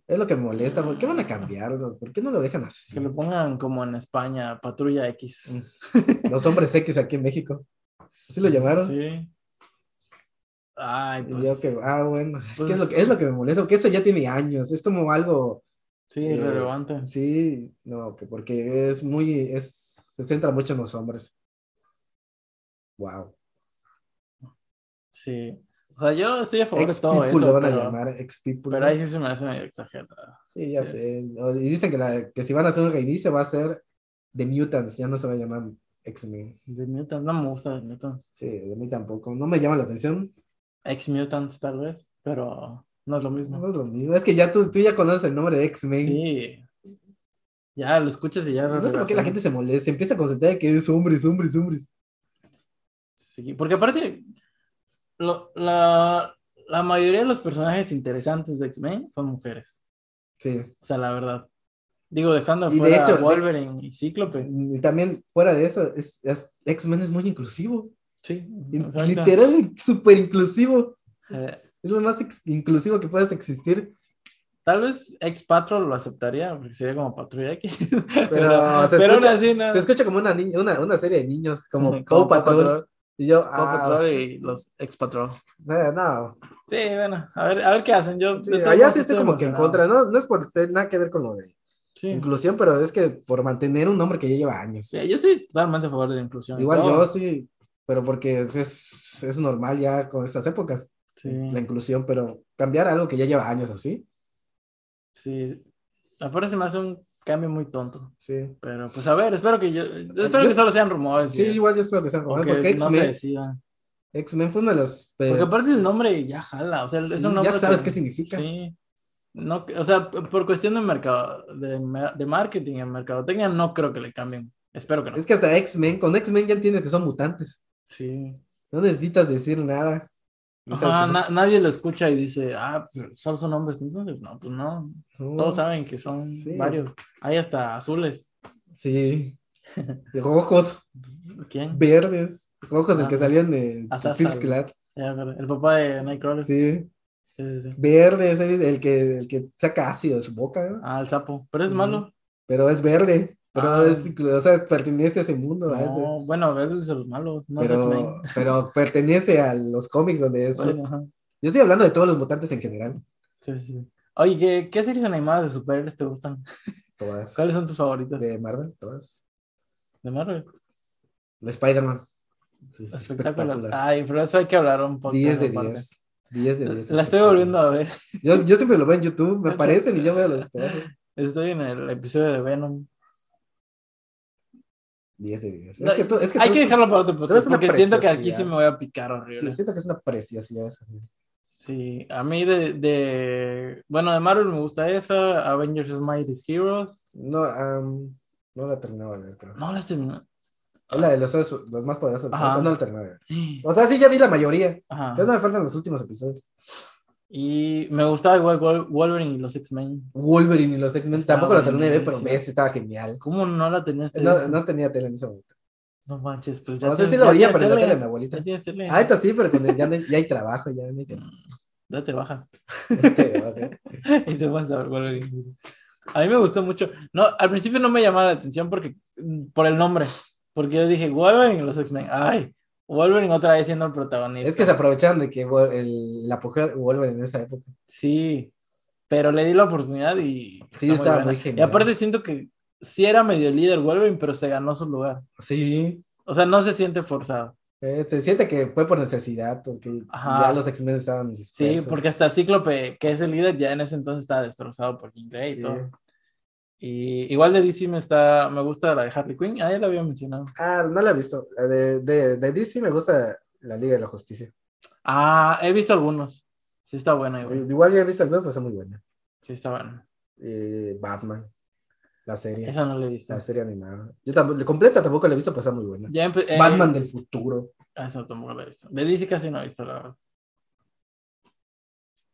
Es lo que me molesta, ¿por qué van a cambiarlo? ¿Por qué no lo dejan así? Ah. Que lo pongan como en España, Patrulla X. Mm. Los hombres X aquí en México. ¿Sí lo llamaron? Sí. Ay, Y pues. yo que, ah, bueno, es pues- que es lo que, es lo que me molesta, porque eso ya tiene años, es como algo, Sí, eh, relevante. sí, no, que porque es muy, es, se centra mucho en los hombres. Wow. Sí. O sea, yo estoy a favor de Ex todo people lo eso. van a Pero, llamar, ex people. pero ahí sí se me hace medio exagerado. Sí, ya sí sé. O- Y dicen que, la, que si van a hacer un reinicio va a ser The Mutants, ya no se va a llamar X-Men. The Mutants, no me gusta The Mutants. Sí, a mí tampoco, no me llama la atención. Ex Mutants, tal vez, pero no es lo mismo. No es lo mismo, es que ya tú, tú ya conoces el nombre de X-Men. Sí. Ya lo escuchas y ya. No sé por qué relacionas. la gente se molesta, se empieza a concentrar en que es hombres, hombres, hombres. Sí, porque aparte, lo- la, la mayoría de los personajes interesantes de X-Men son mujeres. Sí. O sea, la verdad. Digo, dejando Y de fuera hecho, de- Wolverine y Cíclope. Y también, fuera de eso, es, es- X-Men es muy inclusivo. Sí, In- exacto. Literal, súper inclusivo. Eh, Es lo más ex- inclusivo que puedas existir. tal vez X-Patrol lo aceptaría, porque sería como Patrulla X. *laughs* Pero, Pero se pero aún escucha- así, no. Se escucha como una, niña, una, una serie de niños, como Como Paw Paw Patrol. Patrol. Y yo, Paw ah, Patrol y los X-Patrol. o sea, no. Sí, bueno, a ver, a ver qué hacen. Yo, de Sí, todos allá modos sí estoy como que en emocionado. contra, ¿no? No es por ser nada que ver con lo de Sí. inclusión, pero es que por mantener un nombre que ya lleva años. Sí, yo estoy totalmente a favor de la inclusión. y Igual todo. yo sí, pero porque es, es, es normal ya con estas épocas, Sí. la inclusión, pero cambiar algo que ya lleva años así. Sí, aparte se me hace un cambio muy tonto. Sí. Pero pues a ver, espero que yo, espero Yo- que solo sean rumores. Sí, y- igual yo espero que sean o como que porque no se X-Men decidan. X-Men fue uno de los... eh, Porque aparte el nombre ya jala, o sea, sí, es un nombre. ya sabes que- qué significa. Sí. No, o sea, por cuestión de mercado, de, mer- de marketing en mercadotecnia, no creo que le cambien. Espero que no. Es que hasta X-Men, con X-Men ya entiendes que son mutantes. Sí. No necesitas decir nada. pues, Ya sabes Ajá, que son- na- nadie lo escucha y dice, ah, pues, solo son hombres. Entonces, no, pues no. no, Todos saben que son Sí. varios. Hay hasta azules. Sí. Y Rojos, ¿Quién? verdes, rojos el que Ah. salían de Hasta First sale. Class. Ya, pero El papá de Nightcrawler. Sí. Sí, sí, sí. Verde, ¿sabes? el que, el que saca ácido de su boca, ¿no? Ah, el sapo. Pero es Ujú. malo. pero es verde, pero Ah. es, o sea, pertenece a ese mundo, a ese- No, bueno, a ver, es de los malos. No es eh. pero, X-Men. pero pertenece a los cómics donde es, Bueno, ajá. Yo estoy hablando de todos los mutantes en general, Sí, sí, sí. Oye, ¿qué, qué series animadas de superhéroes te gustan? todas. ¿Cuáles son tus favoritas? De, De Marvel, todas. Marvel. De Spider-Man. Espectacular. Ah, Ay, pero eso hay que hablar un poco. 10 de 10. 10 de 10. La estoy volviendo a ver. Yo, yo siempre lo veo en YouTube, me aparecen y yo *laughs* veo los pedazos. Estoy en el episodio de Venom. 10 de 10. No, es que tú- es que hay tú- que dejarlo para otro eres podcast una porque siento que aquí preciosidad. sí me voy a picar sí, horrible. siento que es una preciosidad esa. Sí, a mí de, de. Bueno, de Marvel me gusta esa. Avengers Mightiest Heroes. No, am, no la alternaba de ver, creo. No, las terminé. Es la de los, los más poderosos. Ajá. pero No la alternaba de ver. O sea, sí, ya vi la mayoría. *gasps* Ajá. Pero no me faltan los últimos episodios. Y me gustaba igual Wol- Wolverine y los X-Men. Wolverine y los X-Men. Estaba Tampoco la terminé de ver, pero buenísimo. ves, estaba genial. ¿Cómo no la tenías? tele? No, no tenía tele en ese momento. No manches, pues ya. No sé tienes- si lo ya veía, tienes pero en la tele de mi Ya abuelita. tienes tele. Ah, esta sí, pero con el- ya, no hay- ya hay trabajo, ya no hay que- Mm, Date baja. *laughs* *laughs* este, ok. y te pones a ver Wolverine. A mí me gustó mucho. No, al principio no me llamaba la atención porque mm, por el nombre. Porque yo dije Wolverine y los X-Men. Ay, Wolverine otra vez siendo el protagonista. Es que se aprovecharon de que Wo- el, la mujer Wolverine en esa época. Sí, pero le di la oportunidad y. Sí, estaba buena. muy Y genial. aparte siento que sí era medio líder Wolverine, pero se ganó su lugar. Sí. O sea, no se siente forzado. eh, se siente que fue por necesidad, porque Ajá. ya los X-Men estaban Sí, dispersos. porque hasta Cíclope, que es el líder, ya en ese entonces estaba destrozado por Jean Grey y Sí. todo. Y igual de DC me está, me gusta la de Harley Quinn, ahí la había mencionado. Ah, no la he visto. Eh, De, de, de DC me gusta la Liga de la Justicia. Ah, he visto algunos. Sí está buena, güey. Igual ya he visto algunas, pero está muy buena. Sí está buena. Eh, Batman, la serie, Esa no la he visto. la serie animada. Yo tampoco, completa tampoco la he visto, pero está muy buena. Ya empe- eh, Batman del futuro. *laughs* ah, Esa tampoco la he visto. De DC casi no he visto, la verdad.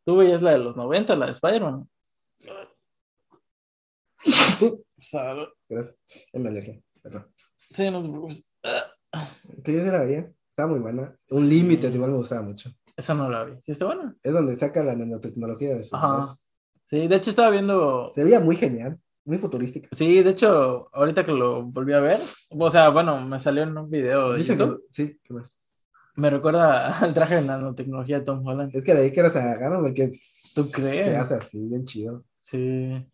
Tú veías la de los 90, la de Spider-Man. Sí, Salud. gracias. Es mi alergia. Perdón. Sí, no te preocupes. Ah, Que yo sí la veía. Estaba muy buena. Un límite igual me gustaba mucho. Esa no la vi. Sí, está buena. Es donde saca la nanotecnología de su Ajá. Sí, de hecho estaba viendo. Se veía muy genial, muy futurística. Sí, de hecho, ahorita que lo volví a ver, o sea, bueno, me salió en un video de Dicen que- YouTube. sí, ¿qué más? Me recuerda *laughs* al traje de nanotecnología de Tom Holland. Es que de ahí que las agarraron porque ¿Tú crees? se hace así, bien chido. Sí.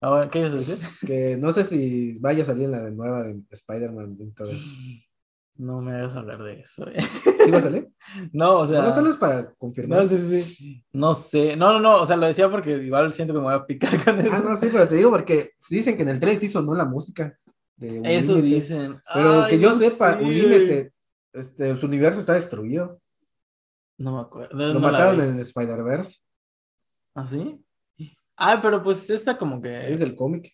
Ahora, ¿qué ibas a decir? Que no sé si vaya a salir la nueva de Spider-Man. Entonces, No me hagas hablar de eso. eh. *laughs* ¿sí va a salir? No, o sea. No solo es para confirmar. No, sí, sí, sí. No sé. No, no, no. O sea, lo decía porque igual siento que me voy a picar con eso. Ah, no, sí, pero te digo porque dicen que en el 3 sí sonó la música. De un eso límite. dicen. Pero Ay, que yo no sepa, sé. un límite, este, su universo está destruido. No me acuerdo. no Lo la mataron vi. en Spider-Verse. ¿Ah, sí? Ah, pero pues esta como que. Es del cómic.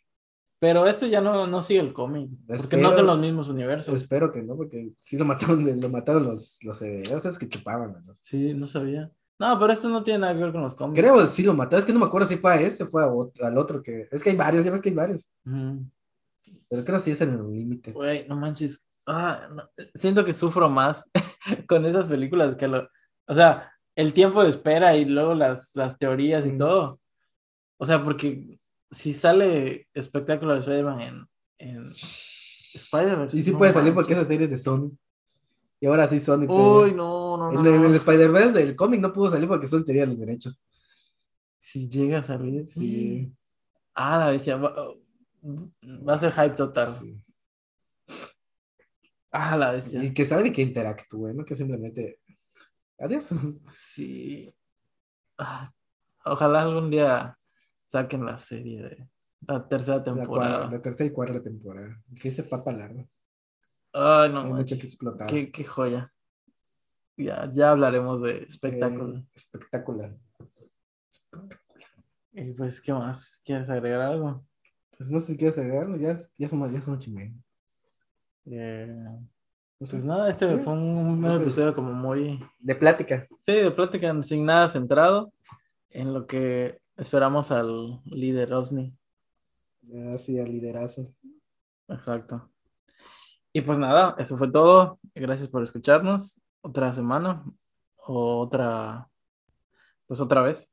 Pero este ya no, no sigue el cómic. Porque Espero- no son los mismos universos. Espero que no, porque sí lo mataron, lo mataron los, los hebreos, que chupaban. ¿no? Sí, no sabía. No, pero este no tiene nada que ver con los cómics. Creo que sí lo mataron. Es que no me acuerdo si fue a ese, fue a ot- al otro que. Es que hay varios, ya ves que hay varios. Ujú. Pero creo que sí es en el límite. Güey, no manches. Ah, no. Siento que sufro más *laughs* con esas películas que lo. O sea, el tiempo de espera y luego las, las teorías y Mm. todo. O sea, porque si sale espectáculo de Spider-Man en, en Spider-Verse. Y sí no puede salir porque manches. esa serie es de Sony. Y ahora sí Sony. Uy, no, no, no. en, el- en no. el Spider-Verse del cómic no pudo salir porque Sony tenía los derechos. Si llega a salir. Sí. Ah, la bestia. Va, va a ser hype total. sí. Ah, la bestia. Y que salga y que interactúe, ¿no? Que simplemente. Adiós. *laughs* Sí. Ah, ojalá algún día saquen la serie de la tercera La, cuarta, temporada. la tercera y cuarta temporada. Que ese papa largo. Ay, no Hay mucho que manches. explotar. Qué, qué joya. Ya, ya hablaremos de espectáculo. Eh, espectacular. Y pues, ¿qué más? ¿Quieres agregar algo? Pues no sé si quieres agregarlo, ya, es- ya son ya son ocho y media. Eh, No sé. pues nada, este Sí. fue un, un Este- episodio como muy... De plática. Sí, de plática sin nada centrado en lo que esperamos al líder Osni. Así al liderazo. Exacto. Y pues nada, eso fue todo. Gracias por escucharnos. Otra semana. O otra. Pues otra vez.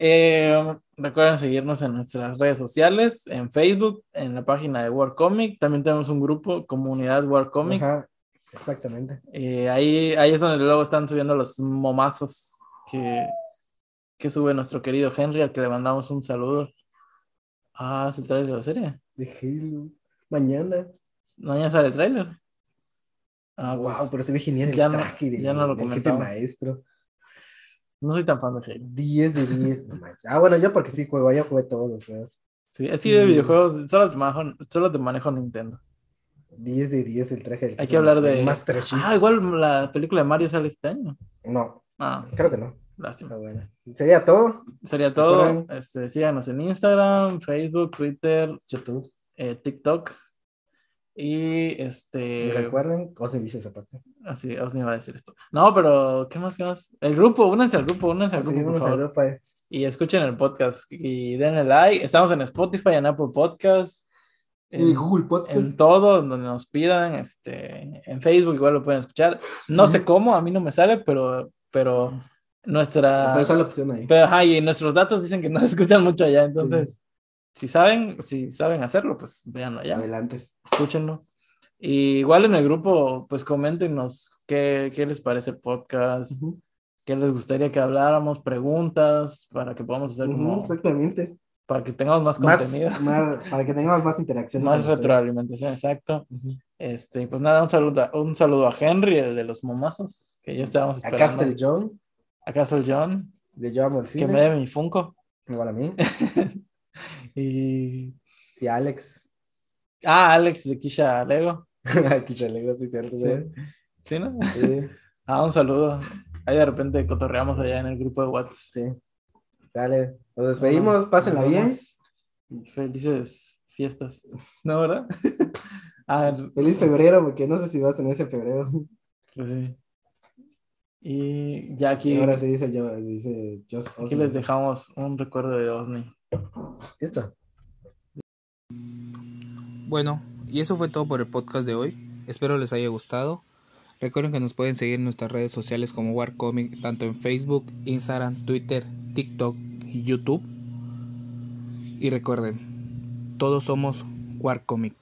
Eh, recuerden seguirnos en nuestras redes sociales, en Facebook, en la página de Warcomic. También tenemos un grupo, Comunidad Warcomic. Ajá, exactamente. Eh, ahí, ahí es donde luego están subiendo los momazos que, que sube nuestro querido Henry, al que le mandamos un saludo. Ah, es el trailer de la serie. De Halo. Mañana. Mañana sale el trailer. Ah, pues, wow, pero se ve genial el ya no- traje del, ya no lo del jefe comentamos. maestro. no soy tan fan de Halo. 10 de 10, no manches. Ah, bueno, yo porque sí juego, yo jugué todos los juegos. Sí, así de Mm. videojuegos, solo te manejo, solo te manejo Nintendo. 10 de 10 el traje del Hay jefe que hablar ma- de- del Master Chief. Ah, igual la película de Mario sale este año. No, Ah, creo que no. lástima. Ah, bueno. Sería todo. Sería todo. Recuerden- Este, síganos en Instagram, Facebook, Twitter, YouTube. eh, TikTok. Y Y este. ah, Recuerden, Cosme dice esa parte. Así, Osni va a decir esto. No, pero, ¿qué más? ¿Qué más? El grupo, únanse al grupo, únanse al Así, grupo, por vamos a favor. Europa, eh. Y escuchen el podcast y denle like. Estamos en Spotify, en Apple Podcast. Y en- Google Podcast. en todo donde nos pidan, este, en Facebook igual lo pueden escuchar. No sé cómo, a mí no me sale, pero, pero nuestra, Pero esa es la opción ahí. pero, ajá, y nuestros datos dicen que no se *laughs* escuchan mucho allá, entonces, si saben, si saben hacerlo, pues véanlo allá, Adelante. escúchenlo. Y igual en el grupo, pues coméntenos qué, qué les parece el podcast, Ujú, qué les gustaría que habláramos, preguntas, para que podamos hacer como, Exactamente. para que tengamos más contenido, Más, *laughs* más- para que tengamos más interacción. con más ustedes. retroalimentación, exacto. Ujú. Este, y pues nada, un saludo, a, un saludo a Henry, el de los momazos, que ya estábamos A esperando. Castle John, A Castle John, de Yo Amo el que Cine, me debe mi Funko. igual a mí, Y. y a Alex. *laughs* Ah, Alex de Kisha Lego. Aquí chalego, sí, cierto. Sí. güey. ¿Sí, no? Sí, Ah, un saludo. Ahí de repente cotorreamos allá en el grupo de WhatsApp. sí. Dale, nos despedimos, pásenla bien. Felices fiestas. *laughs* ¿No, verdad? ah, Feliz febrero, porque no sé si vas en ese febrero. pues sí. Y ya Y aquí, ahora se dice yo, dice Just aquí les dejamos un recuerdo de Osni. Listo. Bueno, y eso fue todo por el podcast de hoy. Espero les haya gustado. Recuerden que nos pueden seguir en nuestras redes sociales como Warcomic, tanto en Facebook, Instagram, Twitter, TikTok y YouTube. Y recuerden, todos somos Warcomic.